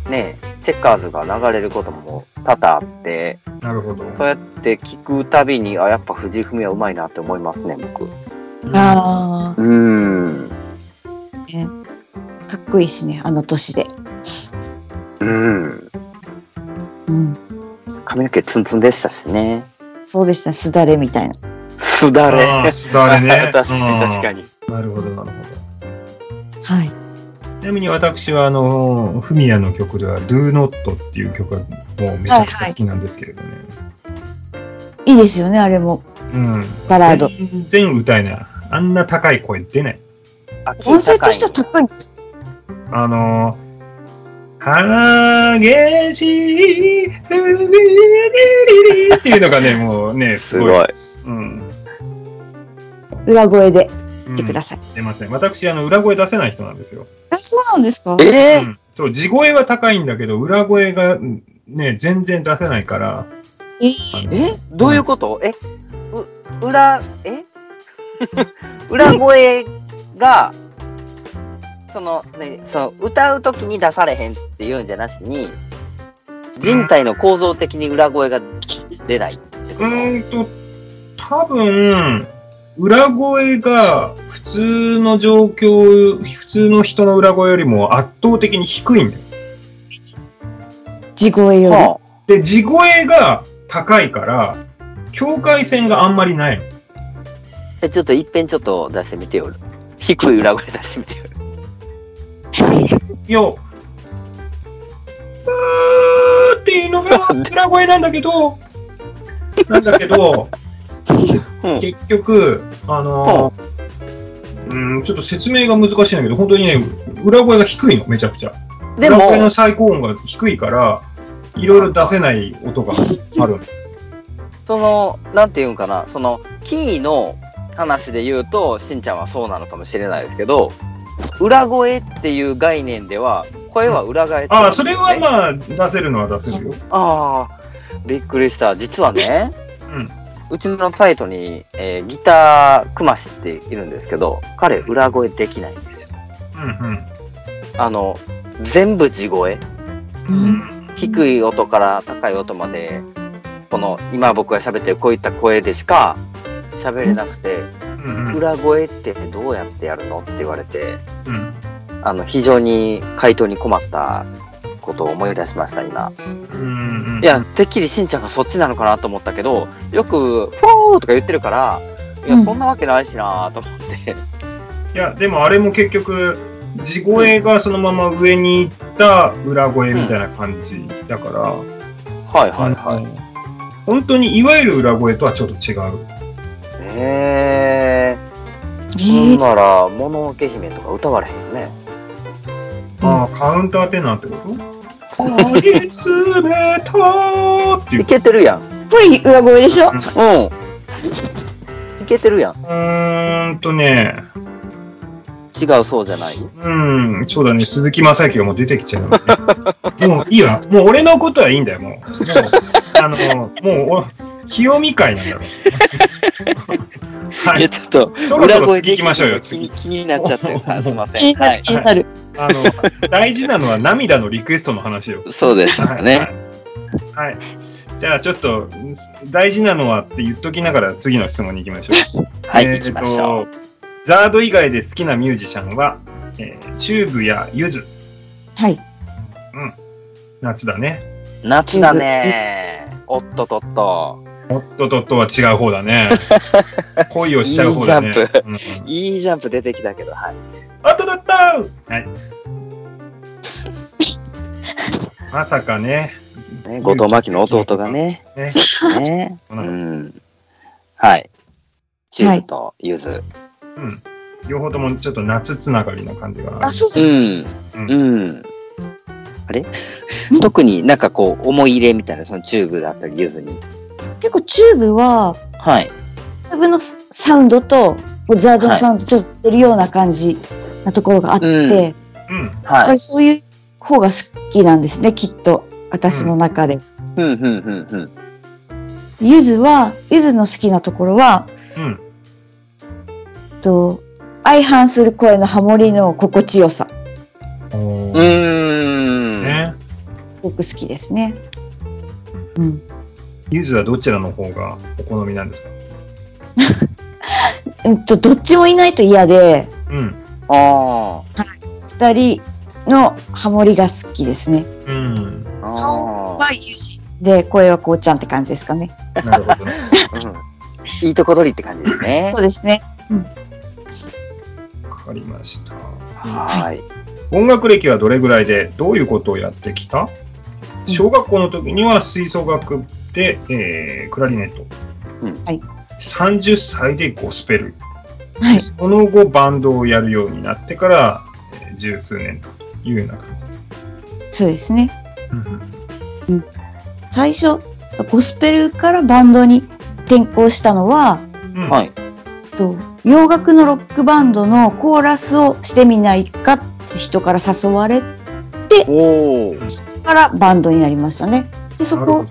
Speaker 1: ねチェッカーズが流れることも多々あって
Speaker 2: なるほど。
Speaker 1: そうやって聞くたびにあやっぱ藤井フミヤうまいなって思いますね僕う
Speaker 3: あ
Speaker 1: ーん
Speaker 3: あ、かっこいいですね、あの年で。
Speaker 1: うん
Speaker 3: うん。
Speaker 1: 髪の毛ツンツンでしたしね
Speaker 3: そうでした、すだれみたいな。
Speaker 1: すだれ
Speaker 2: あーすだれね。
Speaker 1: 確かに確か
Speaker 2: に。
Speaker 1: に
Speaker 2: なるほど、なるほど。
Speaker 3: はい。
Speaker 2: ちなみに私は、あの、フミヤの曲では、Do Not っていう曲がもうめちゃくちゃ好きなんですけれどね。
Speaker 3: いいですよね、あれも。
Speaker 2: うん。
Speaker 3: バラード。
Speaker 2: 全然歌えない。あんな高い声出ない。
Speaker 1: 男
Speaker 3: 音声としては高いんです。
Speaker 2: あのー、激しい、ふりりりっていうのがね、もうね、す
Speaker 1: す
Speaker 2: ごい。
Speaker 1: ごい
Speaker 2: うん。
Speaker 3: 裏声で
Speaker 2: うん
Speaker 3: 言ってください。
Speaker 2: 出ません。私、あの、裏声出せない人なんですよ。
Speaker 3: あ、そうなんですか
Speaker 1: え
Speaker 2: うんそう、地声は高いんだけど、裏声が、うんね、全然出せないから、
Speaker 3: え
Speaker 2: あ
Speaker 3: ー
Speaker 2: の
Speaker 1: えどういうこと、えう裏え 裏声がそのねその歌う時に出されへんっていうんじゃなしに人体の構造的に裏声が出ないってこと、
Speaker 2: うーんと、多分、裏声が普通の状況、普通の人の裏声よりも圧倒的に低いんだよ。
Speaker 3: 地声より。
Speaker 1: は
Speaker 2: で、地声が高いから、境界線があんまりないの。
Speaker 1: あえちょっといっぺんちょっと出してみてよ低い裏声出してみてよ
Speaker 2: いや、うーっていうのが裏声なんだけど、なんだけ ど、
Speaker 1: うん
Speaker 2: 結局、あのーうん、ちょっと説明が難しいんだけど、本当にね、裏声が低いの、めちゃくちゃ。
Speaker 1: で
Speaker 2: 裏声の
Speaker 1: も
Speaker 2: 最高音が低いから、いろいろ出せない音がある。
Speaker 1: そのなんていうんかなそのキーの話で言うとしんちゃんはそうなのかもしれないですけど裏声っていう概念では声は裏返ってるん
Speaker 2: ああ、
Speaker 1: です
Speaker 2: そ
Speaker 1: よね
Speaker 2: れはまあ、出せるのは出せるよ。
Speaker 1: ああ、びっくりした。実はね、
Speaker 2: うん
Speaker 1: うちのサイトに、えーギター、くましっているんですけど、彼、裏声できないんですよ。
Speaker 2: う
Speaker 1: あの、全部地声。
Speaker 2: んうん。
Speaker 1: 低い音から高い音まで、この、今僕が喋ってるこういった声でしか喋れなくて、
Speaker 2: うんうん
Speaker 1: 裏声ってどうやってやるのって言われて、
Speaker 2: うん
Speaker 1: あの、非常に回答に困ったことを思い出しました、今。
Speaker 2: うんうん
Speaker 1: いや、てっきりしんちゃんがそっちなのかなと思ったけど、よく、フォーとか言ってるから、いや、
Speaker 3: うん
Speaker 1: そんなわけないしなと思って。
Speaker 2: いや、でもあれも結局、地声がそのまま上に行った裏声みたいな感じだから、
Speaker 1: はいはい
Speaker 2: あ
Speaker 1: はい。
Speaker 2: の本当にいわゆる裏声とはちょっと違う。
Speaker 1: えー、
Speaker 3: ええ
Speaker 1: ほんなら、もののけ姫とか歌われへんよね。
Speaker 2: ああ、カウンターテナーってことこいつめたーってい。
Speaker 1: いうけてるやん。う
Speaker 3: ぽい裏声でしょ
Speaker 1: ん。いけてるやん。
Speaker 2: うーんとね、
Speaker 1: 違うそうじゃない。
Speaker 2: うん、そうだね、鈴木雅之がもう出てきちゃう、ね。でもいいわ、もう俺のことはいいんだよ、もう。もうあの、もうお、清見会なんだろう。はい
Speaker 1: や、
Speaker 2: い、
Speaker 1: ちょっと、
Speaker 2: そろ
Speaker 1: 裏
Speaker 2: そろ
Speaker 1: 声で
Speaker 2: 次行きましょうよ、
Speaker 1: 気
Speaker 2: 次
Speaker 1: に。気になっちゃってるから、すいま
Speaker 3: 気
Speaker 1: せ
Speaker 3: に
Speaker 1: ん。は
Speaker 3: ないる、。気になる。
Speaker 2: あの、大事なのは涙のリクエストの話よ。
Speaker 1: そうですね。
Speaker 2: はい。はい。じゃあちょっと、大事なのはって言っときながら次の質問に行きましょう。
Speaker 1: はい、
Speaker 2: えー
Speaker 1: 行きましょう。
Speaker 2: とザード以外で好きなミュージシャンは、えーチューブやユズ、
Speaker 3: はい。
Speaker 2: 夏だね。
Speaker 1: 夏だねおっとっとっと。
Speaker 2: おっとっとっとは違う方 だね。恋をしちゃう方だね。
Speaker 1: いいジャン
Speaker 2: うん
Speaker 1: いいジャンプ出てきたけど、はい。
Speaker 2: あっただったはい。まさかね。
Speaker 1: ね、後藤真希の弟がね。
Speaker 2: ね
Speaker 1: ね。
Speaker 2: う
Speaker 1: うんん。はい。チーズとゆず。
Speaker 2: うん。両方ともちょっと夏つながりな感じがある
Speaker 3: あ、そうです。
Speaker 1: うん。
Speaker 2: う
Speaker 1: うん。あれ特になんかこう、思い入れみたいな、そのチューブだったり、ゆずに。
Speaker 3: 結構チューブは、
Speaker 1: はい。
Speaker 3: 自分のサウンドと、こうザードのサウンドちょっと出るような感じなところがあって、
Speaker 1: うん
Speaker 3: やっ
Speaker 2: うん。
Speaker 3: ぱ
Speaker 1: はい
Speaker 3: り。そういう方が好きなんですね、きっと。私の中で。
Speaker 1: うん、うん、うん、うん。
Speaker 3: ゆずは、ゆずの好きなところは、
Speaker 2: うん。
Speaker 3: えっと、相反する声のハモリの心地よさ。
Speaker 1: うーん。
Speaker 2: ね、
Speaker 3: すごく好きですね。うん。
Speaker 2: ゆずはどちらの方がお好みなんですか
Speaker 3: うんと、どっちもいないと嫌で、
Speaker 2: うん。
Speaker 1: あ
Speaker 3: 二人のハモリが好きですね。
Speaker 2: うん。
Speaker 1: あ。ああ。
Speaker 3: は友人で、声はこうちゃんって感じですかね。
Speaker 2: なるほどね。
Speaker 1: うんいいとこ取りって感じですね
Speaker 3: そ。うですね。
Speaker 2: わかりました。
Speaker 1: はい。
Speaker 2: 音楽歴はどれぐらいで、どういうことをやってきた
Speaker 3: うん
Speaker 2: 小学校の時には吹奏楽部で、えークラリネット。
Speaker 1: うん
Speaker 3: はい
Speaker 2: 30歳でゴスペル。
Speaker 3: はい。
Speaker 2: その後バンドをやるようになってから、えー十数年というような感じ。
Speaker 3: そうですね。
Speaker 2: うん
Speaker 3: 最初、ゴスペルからバンドに転校したのは、
Speaker 2: うん
Speaker 1: はい。
Speaker 3: えっと洋楽のロックバンドのコーラスをしてみないかって人から誘われ
Speaker 1: おお。
Speaker 3: からバンドになりましたね。で、そ
Speaker 2: なるほ
Speaker 3: こ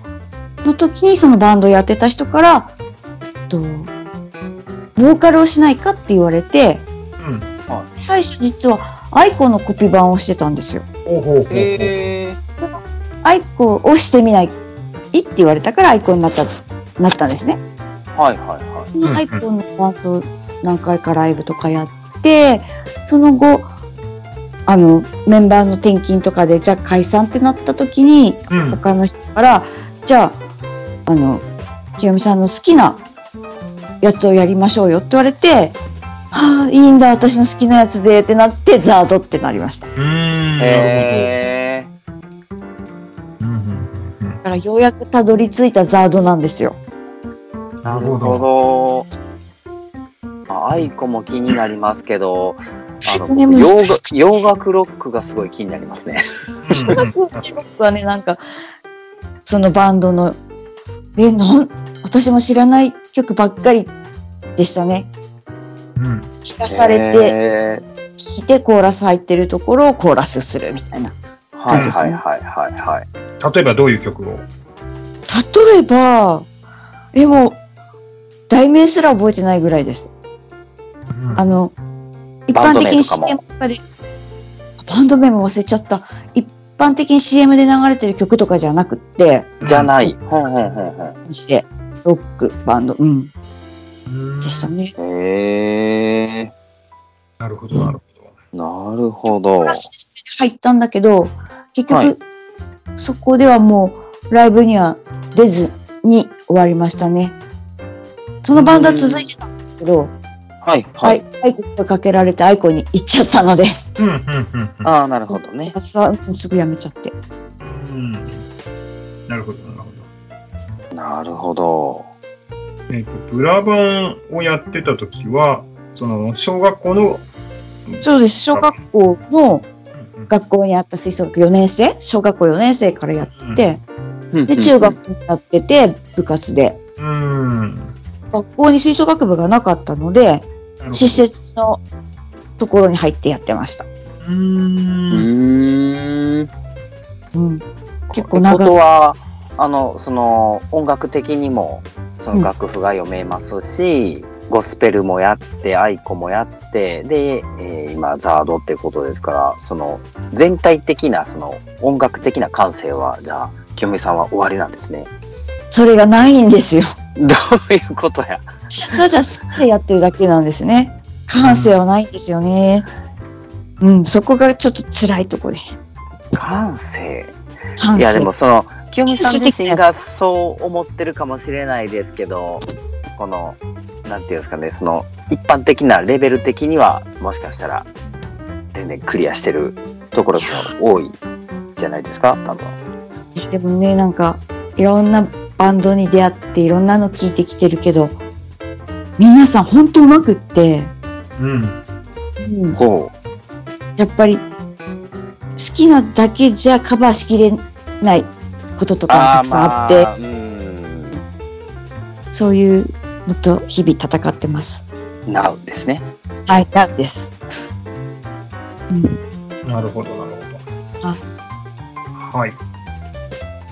Speaker 2: ど
Speaker 3: の時にそのバンドやってた人から、えっと、ボーカルをしないかって言われて、
Speaker 2: うん。
Speaker 3: 最初実はアイコのコピー版をしてたんですよ。
Speaker 2: ほうほうほうほう。
Speaker 1: え
Speaker 3: アイコをしてみないって言われたからアイコになった、なったんですね。
Speaker 1: ー。はいはいは
Speaker 3: で
Speaker 2: うん
Speaker 3: アイコンのバンド何回かライブとかやって、その後、あの、メンバーの転勤とかで、じゃあ解散ってなった時に、
Speaker 2: うん。
Speaker 3: 他の人から、じゃあ、あの、清美さんの好きなやつをやりましょうよって言われて、はあ、いいんだ、私の好きなやつでってなって、ザードってなりました。だ
Speaker 2: うーん。
Speaker 1: い。
Speaker 2: なる
Speaker 1: へえ。
Speaker 2: ほど。うん
Speaker 3: から、ようやくたどり着いたザードなんですよ。
Speaker 2: うん。な
Speaker 1: な
Speaker 2: る
Speaker 1: る
Speaker 2: ほど。
Speaker 1: ほど。まあ、アイコも気になりますけど、あの
Speaker 3: ね
Speaker 1: 僕洋楽洋楽ロックがすごい気になりますね。
Speaker 2: うん
Speaker 3: 音楽はね、なんか、そのバンドの、え、なん、私も知らない曲ばっかりでしたね。
Speaker 2: うん
Speaker 3: 聞かされて、
Speaker 1: へー
Speaker 3: 聞いてコーラス入ってるところをコーラスするみたいな。
Speaker 1: はいはいはいはいはい。
Speaker 2: 例えばどういう曲を
Speaker 3: 例えば、でも、題名すら覚えてないぐらいです。あの、一般
Speaker 1: バンド
Speaker 3: 的に
Speaker 1: 名
Speaker 3: CM とかで、バンド名も忘れちゃった。一般的に CM で流れてる曲とかじゃなくって、
Speaker 1: じゃ
Speaker 2: い。
Speaker 1: ない。ほんほんほんほ
Speaker 3: マジで、ロック、バンド、うん、
Speaker 2: うん
Speaker 3: でしたね。
Speaker 1: ん。へえ。
Speaker 2: なるほど、なるほど。
Speaker 1: なるほど。
Speaker 3: 探し入ったんだけど、結局、
Speaker 1: はい
Speaker 3: そこではもうライブには出ずに終わりましたね。そのバンドは続いてたんですけど、
Speaker 1: はい、は
Speaker 3: はいい。、アイコとかけられてアイコに行っちゃったので、
Speaker 2: うん、うん、うん
Speaker 1: ああ、なるほどね。
Speaker 3: 私はうんすぐ辞めちゃって。
Speaker 2: うん。うん。なるほど、なるほど。
Speaker 1: なるほど。
Speaker 2: えっとブラバンをやってた時は、その小学校の、
Speaker 3: そうです、小学校の
Speaker 2: うんうん
Speaker 3: 学校にあった吹奏楽4年生、小学校4年生からやってて、で、
Speaker 1: で
Speaker 3: 中学になってて、部活で。
Speaker 2: うん。
Speaker 3: 学校に吹奏楽部がなかったので、
Speaker 2: なるほど
Speaker 3: 施設のところに入ってやってました。
Speaker 2: うー。
Speaker 1: うんーん。
Speaker 3: うん、結構
Speaker 1: って
Speaker 3: 長い
Speaker 1: ことは、あの、その、音楽的にも、その楽譜が読めますし、ゴスペルもやって、アイコもやって、で、えー今、ザードってことですから、その、全体的な、その、音楽的な感性は、じゃあ、清美さんは終わりなんですね。
Speaker 3: それがないんですよ。
Speaker 1: どういうことや。
Speaker 3: ただ好きでやってるだけなんですね。感性はないんですよね。うん、そこがちょっと辛いとこで。
Speaker 1: 感性
Speaker 3: 感
Speaker 1: い
Speaker 3: 性。
Speaker 1: やでもその清美さん自身
Speaker 3: 知的な
Speaker 1: がそう思ってるかもしれないですけどこのなんていうんですかねその一般的なレベル的にはもしかしたら全然クリアしてるところが多いじゃないですか多分
Speaker 3: でもね、なんか、いろんなバンドに出会って、いろんなの聞いてきてるけど、皆さん本当うまくって、
Speaker 2: うん。
Speaker 3: うん、
Speaker 1: ほ
Speaker 3: やっぱり、好きなだけじゃカバーしきれないこととかもたくさんあって、
Speaker 1: あうん
Speaker 3: そういうのと日々戦ってます。
Speaker 1: なうですね
Speaker 3: はい、なんです。うん
Speaker 2: なるほど、なるほど。。
Speaker 3: は
Speaker 2: は
Speaker 3: い
Speaker 2: い。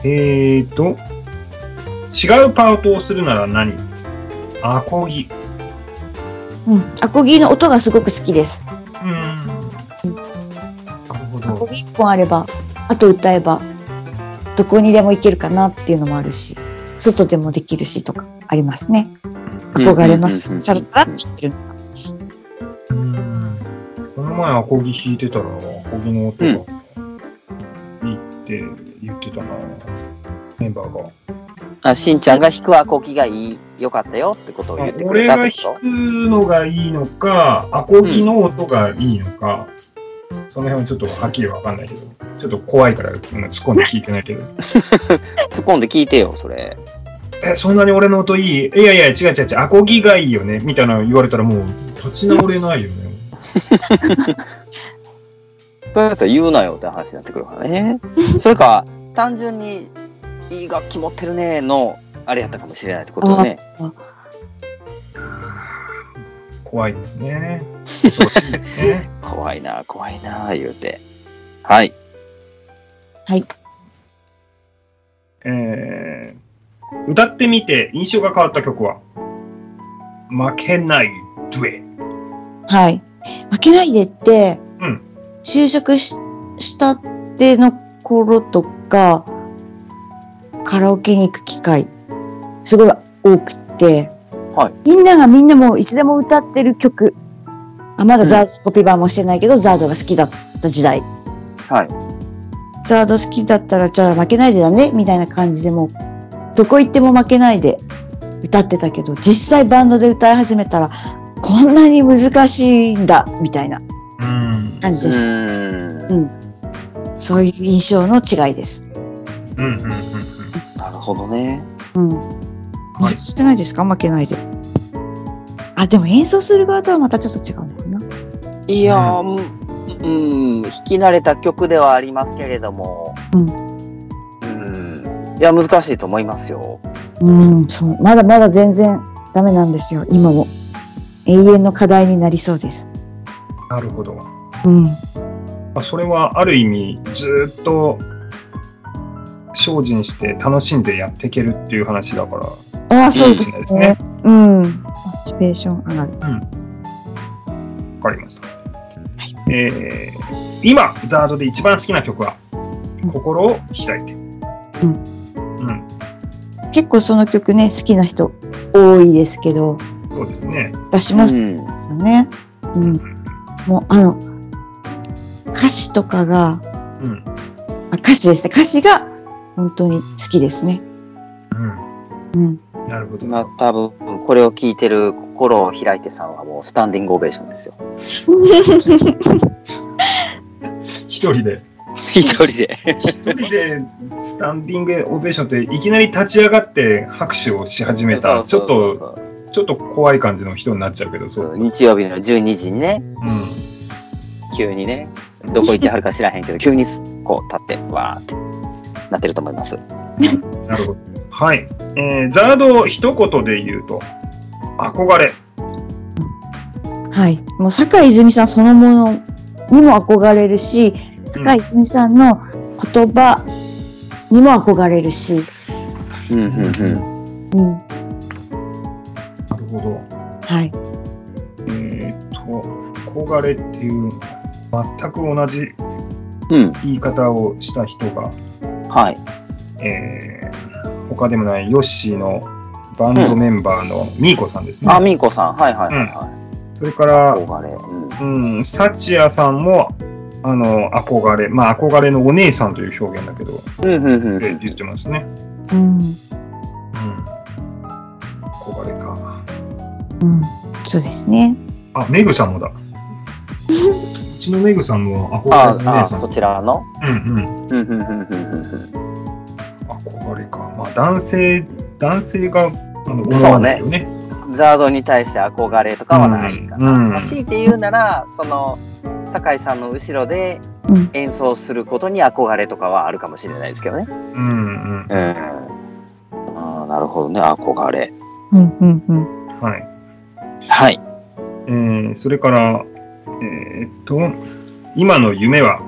Speaker 2: えーと、違うパートをするなら何アコギ。
Speaker 3: うん、アコギの音がすごく好きです。
Speaker 2: うん。なるほ
Speaker 3: アコ
Speaker 2: ど。
Speaker 3: ギ一本あれば、あと歌えば、どこにでも行けるかなっていうのもあるし、外でもできるしとかありますね。憧れま
Speaker 1: うんうんうんうん
Speaker 3: す。チャラチャラって言ってるのが。
Speaker 2: うん。この前アコギ弾いてたら、アコギの音がいいって言ってたな、メンバーが。
Speaker 1: あしんちゃんが弾くアコギがいいよかったよってことを言ってくれ
Speaker 2: 俺
Speaker 1: た
Speaker 2: が
Speaker 1: って
Speaker 2: 弾
Speaker 1: こと
Speaker 2: くのがいいのか、アコギの音がいいのか、その辺はちょっとはっきりわかんないけど、ちょっと怖いからうん突っ込んで聞いてないけど、
Speaker 1: 突っ込んで聞いてよそれ
Speaker 2: え、そんなに俺の音いいいやいや、違う違う違う、アコギがいいよね、みたいなの言われたらもう、立ち直れないよね。
Speaker 1: そういうやつは言うなよって話になってくるから ね。それか、単純に、いい楽器持ってるねの、あれやったかもしれないってことよね。
Speaker 2: 怖いです ね。恐ろしいですね。
Speaker 1: 怖いな、怖いな、言うて。はい。
Speaker 3: はい。
Speaker 2: えー、歌ってみて印象が変わった曲は、負けないドゥエ。
Speaker 3: はい。負けないでって、
Speaker 2: うん
Speaker 3: 就職ししたっての頃とか、カラオケに行く機会、すごい多くて、
Speaker 1: はい
Speaker 3: みんながみんなもういつでも歌ってる曲、あまだザード、コピー版もしてないけど、ザードが好きだった時代。
Speaker 1: はい。
Speaker 3: ザード好きだったら、じゃあ負けないでだね、みたいな感じでもう、どこ行っても負けないで歌ってたけど、実際バンドで歌い始めたら、こんなに難しいんだ、みたいな
Speaker 2: うん。
Speaker 3: 感じでした。
Speaker 1: ーん。
Speaker 3: そういう印象の違いです。
Speaker 2: うんうんうんうん。
Speaker 1: なるほどね。
Speaker 3: うん。難しくないですか負けないで。あ、でも演奏する側とはまたちょっと違うのかな。
Speaker 1: いやー、うん、うん、弾き慣れた曲ではありますけれども。
Speaker 3: うん
Speaker 1: うん。いや、難しいと思いますよ。
Speaker 3: うん、そう。まだまだ全然ダメなんですよ、今も。永遠の課題になりそうです。
Speaker 2: なるほど。ま
Speaker 3: うん。
Speaker 2: あ、それはある意味、ずーっと精進して楽しんでやっていけるっていう話だから、
Speaker 3: ああ、そ
Speaker 2: いうい
Speaker 3: で
Speaker 2: です
Speaker 3: す
Speaker 2: ね
Speaker 3: ね。うん。モチベーション上がる。
Speaker 2: わかりました。えー、今、ザードで一番好きな曲は、
Speaker 3: うん。
Speaker 2: 心を開いて。うんうん、
Speaker 3: 結構その曲ね、好きな人多いですけど、
Speaker 2: そうですね。
Speaker 3: 私も好きなんですよね。うん。もうあの、歌詞とかが、
Speaker 2: うん。
Speaker 3: あ歌詞ですね。歌詞が本当に好きですね。うん。
Speaker 2: うん。なるほど。
Speaker 1: 今多分これを聞いてる心を開いてさんはもうスタンディングオベーションですよ。
Speaker 2: 一人で。
Speaker 1: 一人で。
Speaker 2: 一人でスタンディングオベーションって、いきなり立ち上がって拍手をし始めた、ち
Speaker 1: そ
Speaker 2: ょっ
Speaker 1: うそう
Speaker 2: と、
Speaker 1: そうそう
Speaker 2: ちょっと怖い感じの人になっちゃうけど、そう。うん。
Speaker 1: 日曜日の12時にね、急にね、どこ行ってはるか知らへんけど、急にこう立って、わーってなってると思います。
Speaker 2: なるほど。はい。えー、ザードを一言で言うと、憧れ。
Speaker 3: はい。もう坂井泉水さんそのものにも憧れるし、坂井泉水さんの言葉にも憧れるし、
Speaker 1: うんうんうん。
Speaker 3: うん。
Speaker 2: なるほど。
Speaker 3: はい。
Speaker 2: えーっと、憧れっていう、全く同じ
Speaker 1: うん、
Speaker 2: 言い方をした人が、
Speaker 1: はい。
Speaker 2: えー、他でもないヨッシーのバンドメンバーのミーコさんですね。
Speaker 1: あ、みーこさん。はいはいはいは
Speaker 2: それから
Speaker 1: い。、憧れ。うん。
Speaker 2: うん、サチアさんも、あの、憧れ、まあ、憧れのお姉さんという表現だけど、
Speaker 1: うんうんう
Speaker 2: え
Speaker 1: ん。
Speaker 2: 言ってますね。
Speaker 3: うん。
Speaker 2: うん。憧れか。
Speaker 3: うん。そうですね。
Speaker 2: あ、メグさんもだ。うちのメグさんも
Speaker 1: あ
Speaker 2: 憧れのお
Speaker 1: あ、
Speaker 2: 姉さ
Speaker 1: そ
Speaker 2: ん。
Speaker 1: ちらの
Speaker 2: うんう
Speaker 1: うん
Speaker 2: ん。
Speaker 1: うんうんうんうん
Speaker 2: 憧れか、まあ、男性男性があの思わないよね
Speaker 1: うん。ザードに対して憧れとかはないかな。
Speaker 2: うん
Speaker 1: まあ強いて言うなら、その、酒井さんの後ろで
Speaker 3: うん
Speaker 1: 演奏することに憧れとかはあるかもしれないですけどね。
Speaker 2: うんうん
Speaker 1: うん。ああ、なるほどね。憧れ。
Speaker 3: うんうんうん。
Speaker 2: はい、
Speaker 1: はい。
Speaker 2: えーそれからえーっと今の夢は、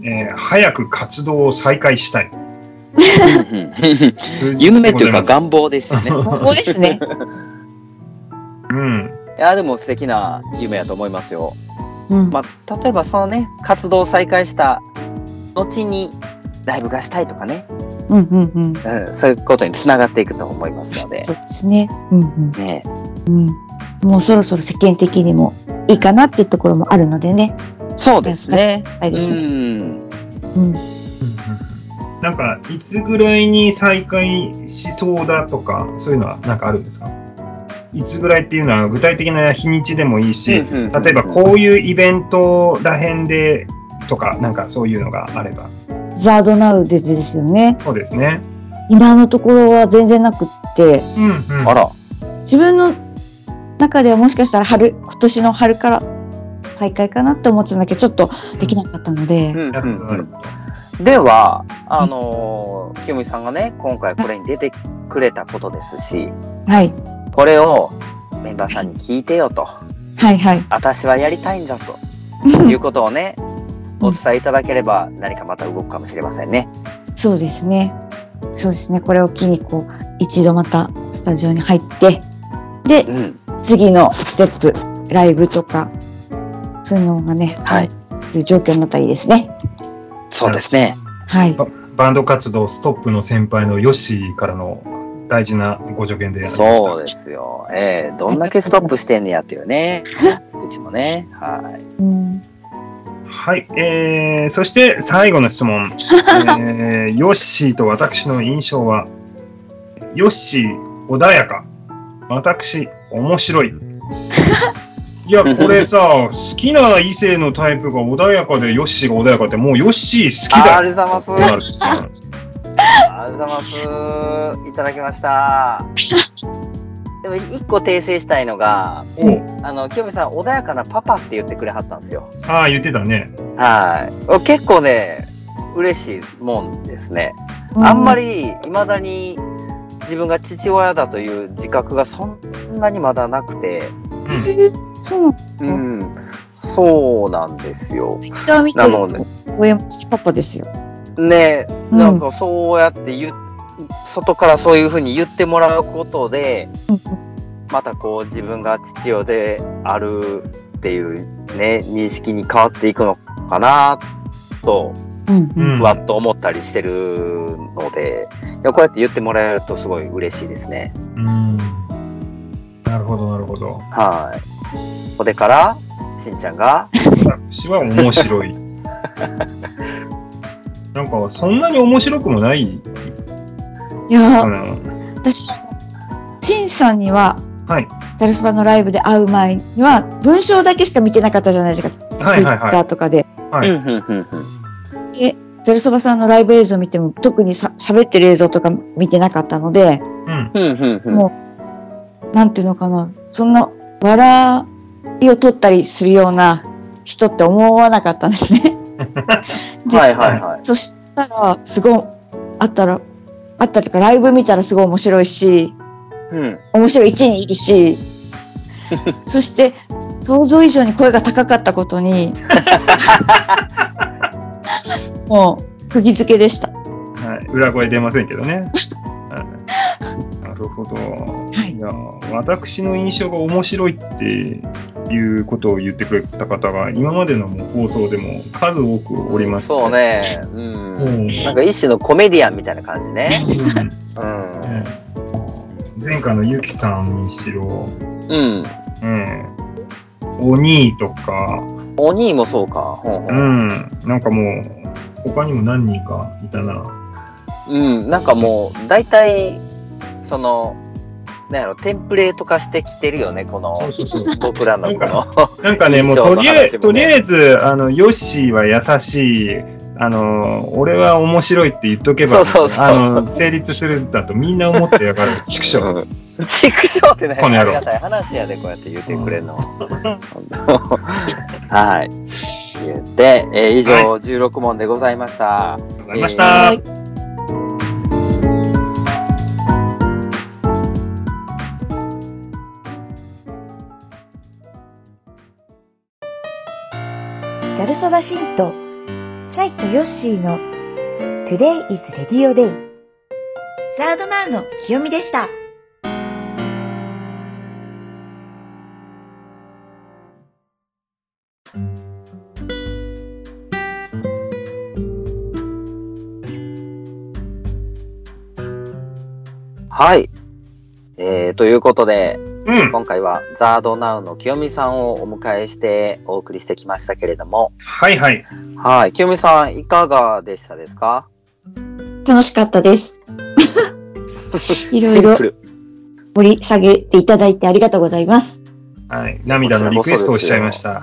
Speaker 2: えー早く活動を再開したい 数日でござ
Speaker 1: 夢
Speaker 2: いま
Speaker 1: と
Speaker 2: す
Speaker 1: いうか願望ですよね。
Speaker 3: ここですね。
Speaker 2: うん
Speaker 1: いや、でも素敵な夢やと思いますよ。
Speaker 3: うん。
Speaker 1: まあ、例えばそのね、活動を再開した後にライブがしたいとかね、
Speaker 3: うんうんうん。
Speaker 1: うん、そういうことにつながっていくと思いますので
Speaker 3: そ、うですね。うんうん
Speaker 1: ね、
Speaker 3: うん。もうそろそろ世間的にもいいかなっていうところもあるのでね。
Speaker 1: そうですね。
Speaker 3: はいですね。
Speaker 1: ん。
Speaker 3: うん。
Speaker 2: なんかいつぐらいに再開しそうだとかそういうのはなんかあるんですかいつぐらいっていうのは具体的な日にちでもいいし、
Speaker 1: うんうんうんうん
Speaker 2: 例えばこういうイベントらへんでとかなんかそういうのがあれば
Speaker 3: ザードナウでですよね。
Speaker 2: そうですね
Speaker 3: 今のところは全然なくって、
Speaker 2: うんうん
Speaker 1: あら、
Speaker 3: 自分の中ではもしかしたら春、今年の春から再開かなって思ってたんだけど、ちょっとできなかったので。
Speaker 1: うん
Speaker 2: な
Speaker 1: う
Speaker 2: る
Speaker 1: んう
Speaker 2: ほどなる
Speaker 1: ん、
Speaker 2: ほ
Speaker 1: では、あのー、清美さんがね、今回これに出てくれたことですし、
Speaker 3: はい。
Speaker 1: これをメンバーさんに聞いてよと、
Speaker 3: はいはい。
Speaker 1: 私はやりたいんだということをね、お伝えいただければ何かまた動くかもしれませんね。
Speaker 3: そうですね。そうですね。これを機に、こう、一度またスタジオに入って、で、
Speaker 1: うん。
Speaker 3: 次のステップ、ライブとか、そういうのがね、
Speaker 1: はい。
Speaker 3: いう状況になったらいいですね。
Speaker 1: そうですね。
Speaker 3: はい。
Speaker 2: どバンド活動ストップの先輩のヨッシーからの大事なご助言でやりました
Speaker 1: そうですよ。ええどんだけストップしてんねやっていう ね。うちもね。はい。
Speaker 3: うん。
Speaker 2: はい、えー、そして最後の質問、えー、ヨッシーと私の印象は、ヨッシー穏やか、私面 白い。いや、これさ、好きな異性のタイプが穏やかで、ヨッシーが穏やかって、もうヨッシー好きだ
Speaker 1: ありがとうございます。
Speaker 2: す。なる
Speaker 1: ありがとうございます。いただきました。でも一個訂正したいのが、
Speaker 2: お
Speaker 1: あの清美さん穏やかなパパって言ってくれはったんですよ。
Speaker 2: ああ、言ってたね。
Speaker 1: はい。結構ね嬉しいもんですね。あんま。り未だに自分が父親だという自覚がそんなにまだなくて、
Speaker 3: そうなんですか。
Speaker 1: うん、そうなんですよ。
Speaker 3: ツイッター見て
Speaker 1: な
Speaker 3: る
Speaker 1: の
Speaker 3: と
Speaker 1: で、
Speaker 3: 親もパパですよ。
Speaker 1: ね、
Speaker 3: うん
Speaker 1: なんかそうやって言っ外からそういうふうに言ってもらうことで、またこう自分が父親であるっていうね、認識に変わっていくのかなと、
Speaker 3: うん。
Speaker 2: う
Speaker 3: うん。
Speaker 2: ん。
Speaker 1: わっと思ったりしてるので、いやこうやって言ってもらえるとすごい嬉しいですね。
Speaker 2: うんなるほど、なるほど。
Speaker 1: はい。これから、しんちゃんが、
Speaker 2: 私は面白い。なんか、そんなに面白くもない
Speaker 3: いや
Speaker 2: か
Speaker 3: ー、
Speaker 2: な。
Speaker 3: 私、陳さんには、
Speaker 2: はい。
Speaker 3: ザルスバのライブで会う前には、文章だけしか見てなかったじゃないですか。
Speaker 2: はい
Speaker 3: ツイ
Speaker 2: はい
Speaker 3: ッタ
Speaker 2: は
Speaker 3: ーとかで。
Speaker 2: は
Speaker 1: う
Speaker 2: い
Speaker 1: んうんうんうん。
Speaker 3: で、ザルそばさんのライブ映像見ても、特にさ喋ってる映像とか見てなかったの
Speaker 2: い。
Speaker 3: で、
Speaker 2: うん。
Speaker 1: うんうんうん。
Speaker 3: もなんていうのかな、そんな笑いを取ったりするような人って思わなかったんで すね。で
Speaker 1: はいはいはい。
Speaker 3: そしたら、すごい、あったら、あったとか、ライブ見たらすごい面白いし、
Speaker 1: うん。
Speaker 3: 面白い位置にいるし、 そして、想像以上に声が高かったこ とに、もう、釘付けでした。は
Speaker 2: はい、裏声出ませんけどね。はいなるほど。いや、私の印象が面白いっていうことを言ってくれた方が、今までのもう放送でも数多くおりまして。
Speaker 1: そう。ね。う。
Speaker 2: うんん。
Speaker 1: なんか一種のコメディアンみたいな感じね。うん。
Speaker 2: うん前回のゆきさんにしろ、
Speaker 1: うん。
Speaker 2: うん。お兄とか、
Speaker 1: お兄もそうか。ほんほ
Speaker 2: うんん。なんかもう、他にも何人かいたな。
Speaker 1: うん、なんかもう、大体、その、なんやろ、テンプレート化してきてるよね、この、
Speaker 2: そうそうそう。
Speaker 1: 僕らのこの。
Speaker 2: なんかね、もう
Speaker 1: そう
Speaker 2: とりあえ
Speaker 1: 話
Speaker 2: ず、
Speaker 1: も
Speaker 2: と
Speaker 1: ね
Speaker 2: りあえず、あの、ヨッシーは優しい、あの、俺は面白いって言っとけば、
Speaker 1: そうそうそう
Speaker 2: あの、成立するんだとみんな思ってやがる。ちくしょう。
Speaker 1: うん。チクショーってない
Speaker 2: この
Speaker 1: あ
Speaker 2: 野
Speaker 1: り
Speaker 2: 郎
Speaker 1: がたい話やで、こうやって言ってくれるの。はい。言って、えー以上、16問でございました。
Speaker 2: ありがとうございました。
Speaker 3: い。
Speaker 5: ギャルソバシント、サイトヨッシーの Today is Radio Day サードマンの清美でした。
Speaker 1: はい。えー、ということで、
Speaker 2: うん。
Speaker 1: 今回はザードナウの清美さんをお迎えしてお送りしてきましたけれども、
Speaker 2: はいはい。
Speaker 1: はい。清美さん、いかがでしたですか
Speaker 3: 楽しかったです。いろい
Speaker 1: シ
Speaker 3: ろ
Speaker 1: ンプル
Speaker 3: 盛り下げていただいてありがとうございます。
Speaker 2: はい。涙のリクエストをしちゃいました。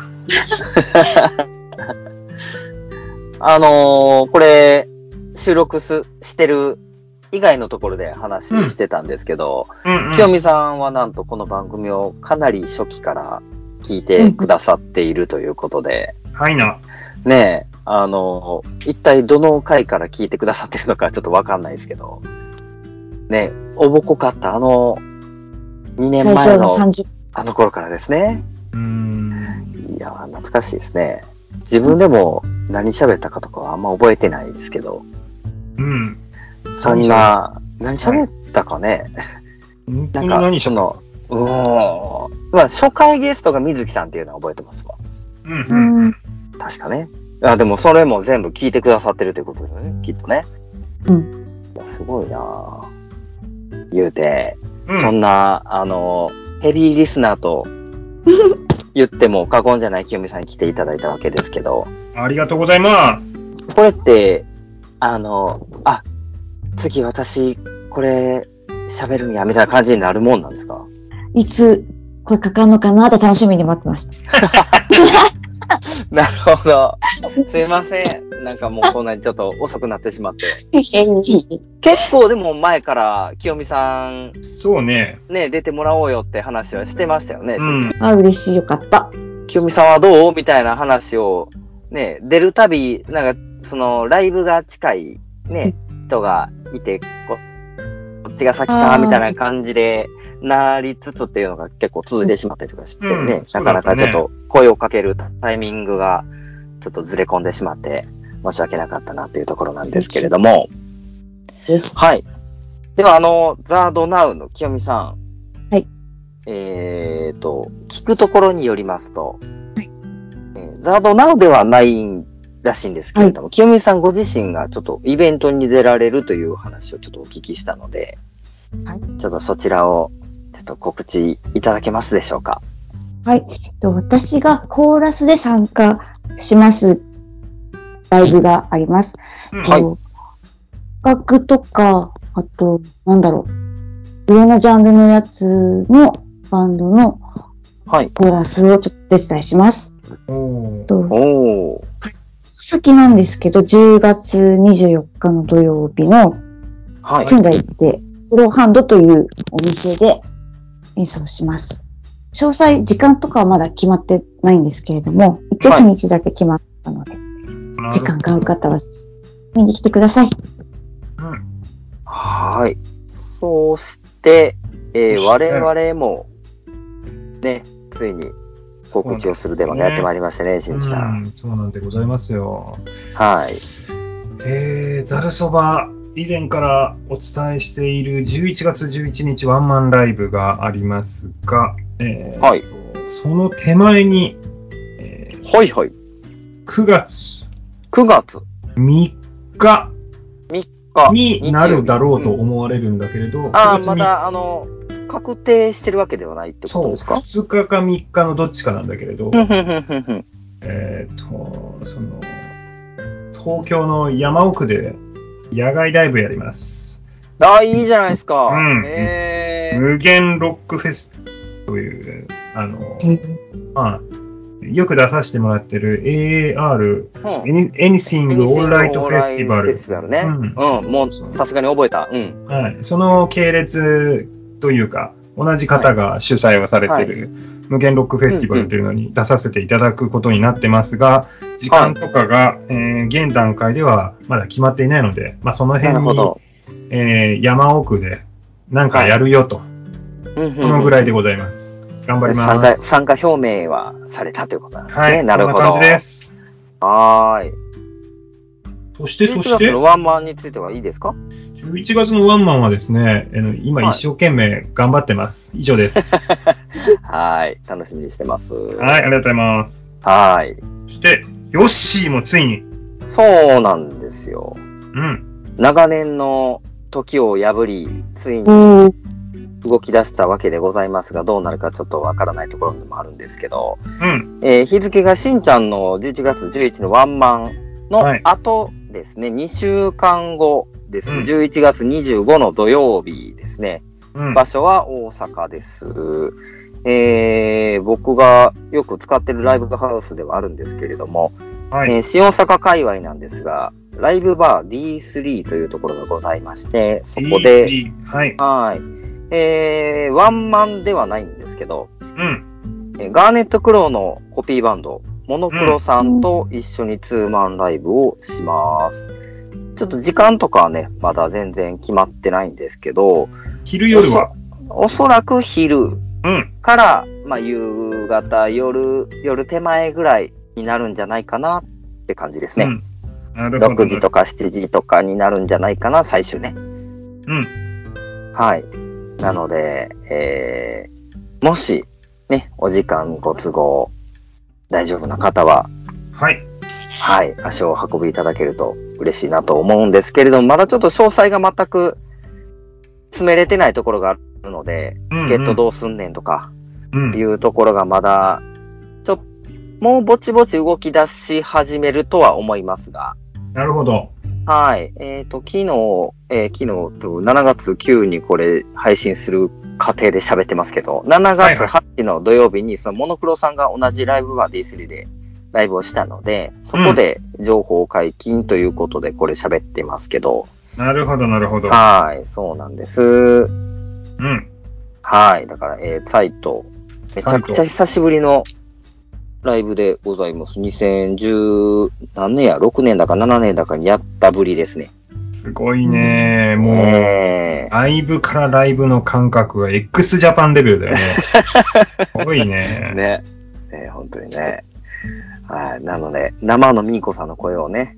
Speaker 1: あのーこれ、収録すしてる以外のところで話してたんですけど、
Speaker 2: うん、うん。
Speaker 1: 清美さんはなんとこの番組をかなり初期から聞いてくださっているということで、
Speaker 2: はいな。
Speaker 1: ねえ、あのー一体どの回から聞いてくださってるのかちょっとわかんないですけど、ねえ、おぼこかったあの、2年
Speaker 3: 最
Speaker 1: 前
Speaker 3: 初の
Speaker 1: の
Speaker 3: 30
Speaker 1: あの頃からですね。
Speaker 2: うーん。
Speaker 1: いやー、懐かしいですね。自分でも何喋ったかとかはあんま覚えてないですけど、
Speaker 2: うん。
Speaker 1: そんな、何喋ったかね、
Speaker 2: 本当
Speaker 1: な
Speaker 2: に
Speaker 1: んか、
Speaker 2: 何し
Speaker 1: そ
Speaker 2: よ
Speaker 1: の、うーん。まあ、初回ゲストが水木さんっていうのは覚えてますわ。
Speaker 2: う。うんうんうん。
Speaker 1: 確かね。あ、でもそれも全部聞いてくださってるということですよね、きっとね。。
Speaker 3: うん
Speaker 1: すごいなぁ言うて、
Speaker 2: うん
Speaker 1: そんな、あの、ヘビーリスナー と言っても過言じゃない清美さんに来ていただいたわけですけど、
Speaker 2: ありがとうございます。
Speaker 1: これって、あの、あ、次私、これ、喋るんや、みたいな感じになるもんなんですか
Speaker 3: いつ声かかるのかなと楽しみに待ってました。
Speaker 1: なるほど。すいません。なんかもうこんなにちょっと遅くなってしま って。結構でも前から清美さん
Speaker 2: そうね。
Speaker 1: ね、出てもらおうよって話はしてましたよね。
Speaker 2: うん。
Speaker 3: あ、嬉しい。よかった。
Speaker 1: 清美さんはどうみたいな話を、ね、出るたび、なんかそのライブが近いね、人がいて、ここっちが先か
Speaker 3: あー
Speaker 1: みたいな感じでなりつつっていうのが結構続いてしまったりとかしてね、
Speaker 2: うん
Speaker 1: なかなか
Speaker 2: そうだったね
Speaker 1: ちょっと声をかけるタイミングがちょっとずれ込んでしまって、申し訳なかったなっていうところなんですけれども、
Speaker 3: です。
Speaker 1: はい。では、あの、ザードナウの清美さん。
Speaker 3: はい。
Speaker 1: えっ、と、聞くところによりますと、えーザードナウではないらしいんですけれども、清美さんご自身がちょっとイベントに出られるという話をちょっとお聞きしたので、。
Speaker 3: はい
Speaker 1: ちょっとそちらを、ちょっと告知いただけますでしょうか。
Speaker 3: はい。えっと私がコーラスで参加しますライブがあります。
Speaker 2: うん
Speaker 1: はい
Speaker 3: と楽曲とか、あと、なんだろう。いろんなジャンルのやつのバンドの
Speaker 1: はい。
Speaker 3: コーラスをちょっと手伝いします。
Speaker 2: おー
Speaker 3: と
Speaker 1: おー。
Speaker 3: 先なんですけど、10月24日の土曜日の
Speaker 1: はい。
Speaker 3: 仙台で、スローハンドというお店で演奏します。詳細、時間とかはまだ決まってないんですけれども、一応
Speaker 1: はい
Speaker 3: 日にちだけ決まったので、時間が合う方は見に来てください。
Speaker 2: うん
Speaker 1: はい。そして、えー
Speaker 2: そして
Speaker 1: 我々も、ね、ついに告知をするデマがやってまいりましたね、しんちゃん。
Speaker 2: うんそうなんでございますよ。
Speaker 1: はい。
Speaker 2: えー、ざるそば、以前からお伝えしている11月11日ワンマンライブがありますが、えー
Speaker 1: はい
Speaker 2: その手前に、えー
Speaker 1: はいはい。
Speaker 2: 9月
Speaker 1: 9月
Speaker 2: 3日
Speaker 1: が
Speaker 2: になるだろうと
Speaker 1: ん
Speaker 2: 思われるんだけれど、
Speaker 1: ああ、
Speaker 2: 9月3
Speaker 1: まだ、あの、確定してるわけではないってこ
Speaker 2: そ
Speaker 1: と
Speaker 2: う、
Speaker 1: ですか
Speaker 2: 2日か3日のどっちかなんだけれど、
Speaker 1: ふんふんふんふんふん
Speaker 2: えっ、と、その、東京の山奥で野外ライブやります。
Speaker 1: ああ、いいじゃないですか。
Speaker 2: うん
Speaker 1: ええ
Speaker 2: 無限ロックフェスという、あの、まあ、よく出させてもらってる AAR、Any- Anything All Right Festival
Speaker 1: フェスティバルね。
Speaker 2: うん
Speaker 1: うん、もうさすがに覚えた。うん。
Speaker 2: はい、その系列というか、同じ方が主催をされてる、無限ロックフェスティバルというのに出させていただくことになってますが、時間とかが、えー現段階ではまだ決まっていないので、まあ、その
Speaker 1: なる
Speaker 2: 辺
Speaker 1: ほ
Speaker 2: に
Speaker 1: ど。、
Speaker 2: えー山奥でなんかやるよと、
Speaker 1: うん
Speaker 2: このぐらいでございます。頑張り
Speaker 1: 参
Speaker 2: ま
Speaker 1: 加
Speaker 2: す。
Speaker 1: 参加表明はされたということなんですね。
Speaker 2: はい、
Speaker 1: なるほど。
Speaker 2: こんな感じです。
Speaker 1: はーい。
Speaker 2: そして、そ
Speaker 1: 11
Speaker 2: し
Speaker 1: 月
Speaker 2: て
Speaker 1: の、ワンマンについてはいいですか
Speaker 2: 11月のワンマンはですね、あの今
Speaker 1: はい
Speaker 2: 一生懸命頑張ってます。以 上です。はい、
Speaker 1: はーい。楽しみにしてます。
Speaker 2: ありがとうございます。
Speaker 1: はーい。
Speaker 2: そして、ヨッシーもついに、
Speaker 1: そうなんですよ。
Speaker 2: うん、
Speaker 1: 長年の時を破り、ついに
Speaker 3: うん。
Speaker 1: 動き出したわけでございますが、どうなるかちょっとわからないところでもあるんですけど、
Speaker 2: うん、
Speaker 1: えー日付がしんちゃんの11月11のワンマンの
Speaker 2: はい
Speaker 1: 後ですね、2週間後です。
Speaker 2: うん
Speaker 1: 11月25の土曜日ですね。
Speaker 2: うん。
Speaker 1: 場所は大阪です。えー僕がよく使ってるライブハウスではあるんですけれども、
Speaker 2: は
Speaker 1: え
Speaker 2: い。
Speaker 1: ー新大阪界隈なんですが、ライブバー D3 というところがございまして、そこで、
Speaker 2: E3 はい。
Speaker 1: はい、えーワンマンではないんですけど、
Speaker 2: うん。
Speaker 1: えーガーネットクロウのコピーバンド、モノクロさんと一緒にツーマンライブをします。ちょっと時間とかはね、まだ全然決まってないんですけど、
Speaker 2: 昼夜は。
Speaker 1: おそらく昼
Speaker 2: うん。
Speaker 1: から、まあ、夕方、夜、夜手前ぐらいになるんじゃないかなって感じですね。
Speaker 2: うん。なるほど。
Speaker 1: 6時とか7時とかになるんじゃないかな、最終ね。
Speaker 2: うん。
Speaker 1: はい。なので、えー、もし、ね、お時間ご都合、大丈夫な方は、
Speaker 2: はい。
Speaker 1: はい、足をお運びいただけると嬉しいなと思うんですけれども、まだちょっと詳細が全く詰めれてないところがあるので、
Speaker 2: うんうん
Speaker 1: チケットどうすんねんとか、
Speaker 2: う
Speaker 1: い
Speaker 2: ん。
Speaker 1: うところがまだ、ちょっと、もうぼちぼち動き出し始めるとは思いますが、
Speaker 2: なるほど。
Speaker 1: はい。えっ、と、昨日、えー昨日と、7月9にこれ配信する過程で喋ってますけど、7月
Speaker 2: はいは
Speaker 1: 8日の土曜日に、そのモノクロさんが同じライブは D3 でライブをしたので、そこで情報解禁ということでこれ喋ってますけど、
Speaker 2: なるほど、なるほど。
Speaker 1: はい、そうなんです。
Speaker 2: うん。
Speaker 1: はい。だから、えー、サイト、めちゃくちゃ久しぶりのライブでございます。2010何年や、6年だか7年だかにやったぶりですね。
Speaker 2: すごいね。もう、
Speaker 1: え
Speaker 2: ライブからライブの感覚が x ジャパンレベル だよね。すごい
Speaker 1: ー、
Speaker 2: ね。
Speaker 1: ね。えー、本当にね。はい。なので、生のみーこさんの声をね、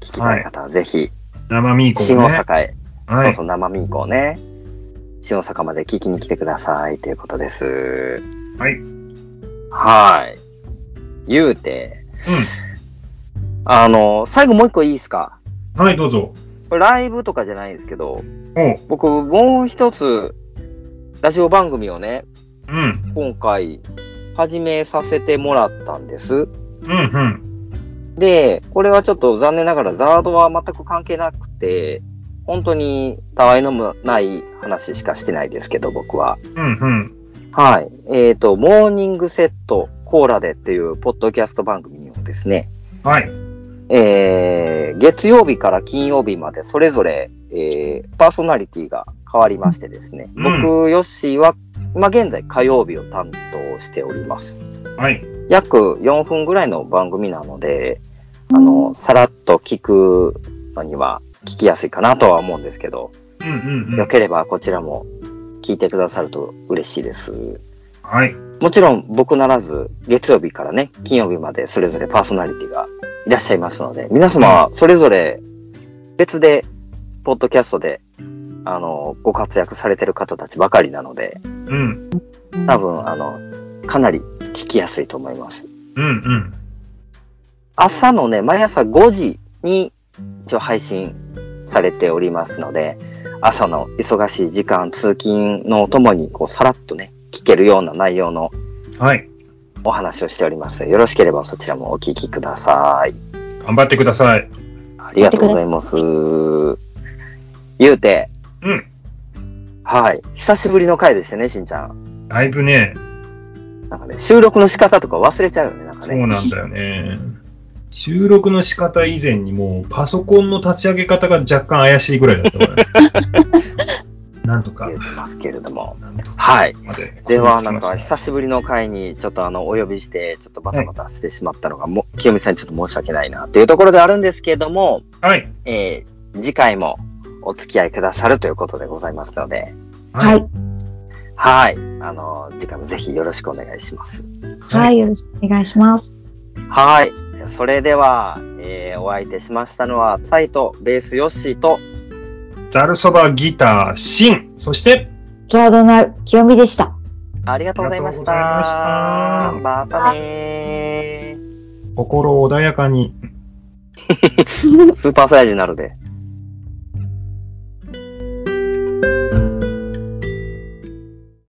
Speaker 1: 聞きたい方はぜひ、
Speaker 2: 生ミーコ
Speaker 1: 新
Speaker 2: も
Speaker 1: 大
Speaker 2: ね。
Speaker 1: 阪へ、
Speaker 2: は
Speaker 1: そう
Speaker 2: い
Speaker 1: そ。う、生みーこをね、新大阪まで聞きに来てくださいということです。
Speaker 2: はい。
Speaker 1: はい。言うて、あの、最後もう一個いいですか
Speaker 2: うん。はい、どうぞ。
Speaker 1: これライブとかじゃないんですけど、
Speaker 2: おう。
Speaker 1: 僕、もう一つ、ラジオ番組をね、
Speaker 2: うん。
Speaker 1: 今回、始めさせてもらったんです。
Speaker 2: うん、うん。
Speaker 1: で、これはちょっと残念ながらザードは全く関係なくて、本当にたわいのもない話しかしてないですけど、僕は。
Speaker 2: うんうん。
Speaker 1: はい。えっ、と、モーニングセットコーラでっていうポッドキャスト番組をですね、
Speaker 2: はい。
Speaker 1: えー月曜日から金曜日までそれぞれ、えーパーソナリティが変わりましてですね、
Speaker 2: うん
Speaker 1: 僕、ヨッシーは、今現在火曜日を担当しております。
Speaker 2: はい。
Speaker 1: 約4分ぐらいの番組なので、あの、さらっと聞くのには聞きやすいかなとは思うんですけど、
Speaker 2: うんうんう
Speaker 1: よ
Speaker 2: ん。
Speaker 1: ければこちらも聞いてくださると嬉しいです。
Speaker 2: はい。
Speaker 1: もちろん僕ならず、月曜日からね、金曜日までそれぞれパーソナリティがいらっしゃいますので、皆様はそれぞれ別で、ポッドキャストで、あの、ご活躍されてる方たちばかりなので、
Speaker 2: うん。
Speaker 1: 多分、あの、かなり聞きやすいと思います。
Speaker 2: うんうん。
Speaker 1: 朝のね、毎朝5時に一応配信されておりますので、朝の忙しい時間、通勤のともに、こう、さらっとね、聞けるような内容の
Speaker 2: はい。
Speaker 1: お話をしております。よろしければそちらもお聞きください。
Speaker 2: 頑張ってください。
Speaker 1: ありがとうございます。ゆうて。
Speaker 2: うん。
Speaker 1: はい。久しぶりの回でしたね、しんちゃん。
Speaker 2: だいぶね、
Speaker 1: なんかね、収録の仕方とか忘れちゃうよね、なんか
Speaker 2: そ
Speaker 1: ね。
Speaker 2: うなんだよね。収録の仕方以前にもうパソコンの立ち上げ方が若干怪しいぐらいだっ たからね。なんとか
Speaker 1: 言う、てますけれども。
Speaker 2: なんとか
Speaker 1: はい。
Speaker 2: まで。
Speaker 1: では、なんか、
Speaker 2: 久
Speaker 1: 久しぶりの回に、ちょっとあの、お呼びして、ちょっとバタバタしてしまったのが、も、清美さんにちょっと申し訳ないな、というところであるんですけれども、
Speaker 2: はい。
Speaker 1: えー、次回もお付き合いくださるということでございますので、
Speaker 3: はい。
Speaker 1: はい。あの、次回もぜひよろしくお願いします。
Speaker 3: はい、よろしくお願いします。
Speaker 1: はい。それでは、えーお相手しましたのは、サイト、ベースヨッシーと、
Speaker 2: ザルそばギター、シン。そして、
Speaker 3: ザードナー清美でした。
Speaker 1: ありがとうございました。
Speaker 2: あり
Speaker 1: またねー。
Speaker 2: 心穏やかに。
Speaker 1: スーパーサイズになるで。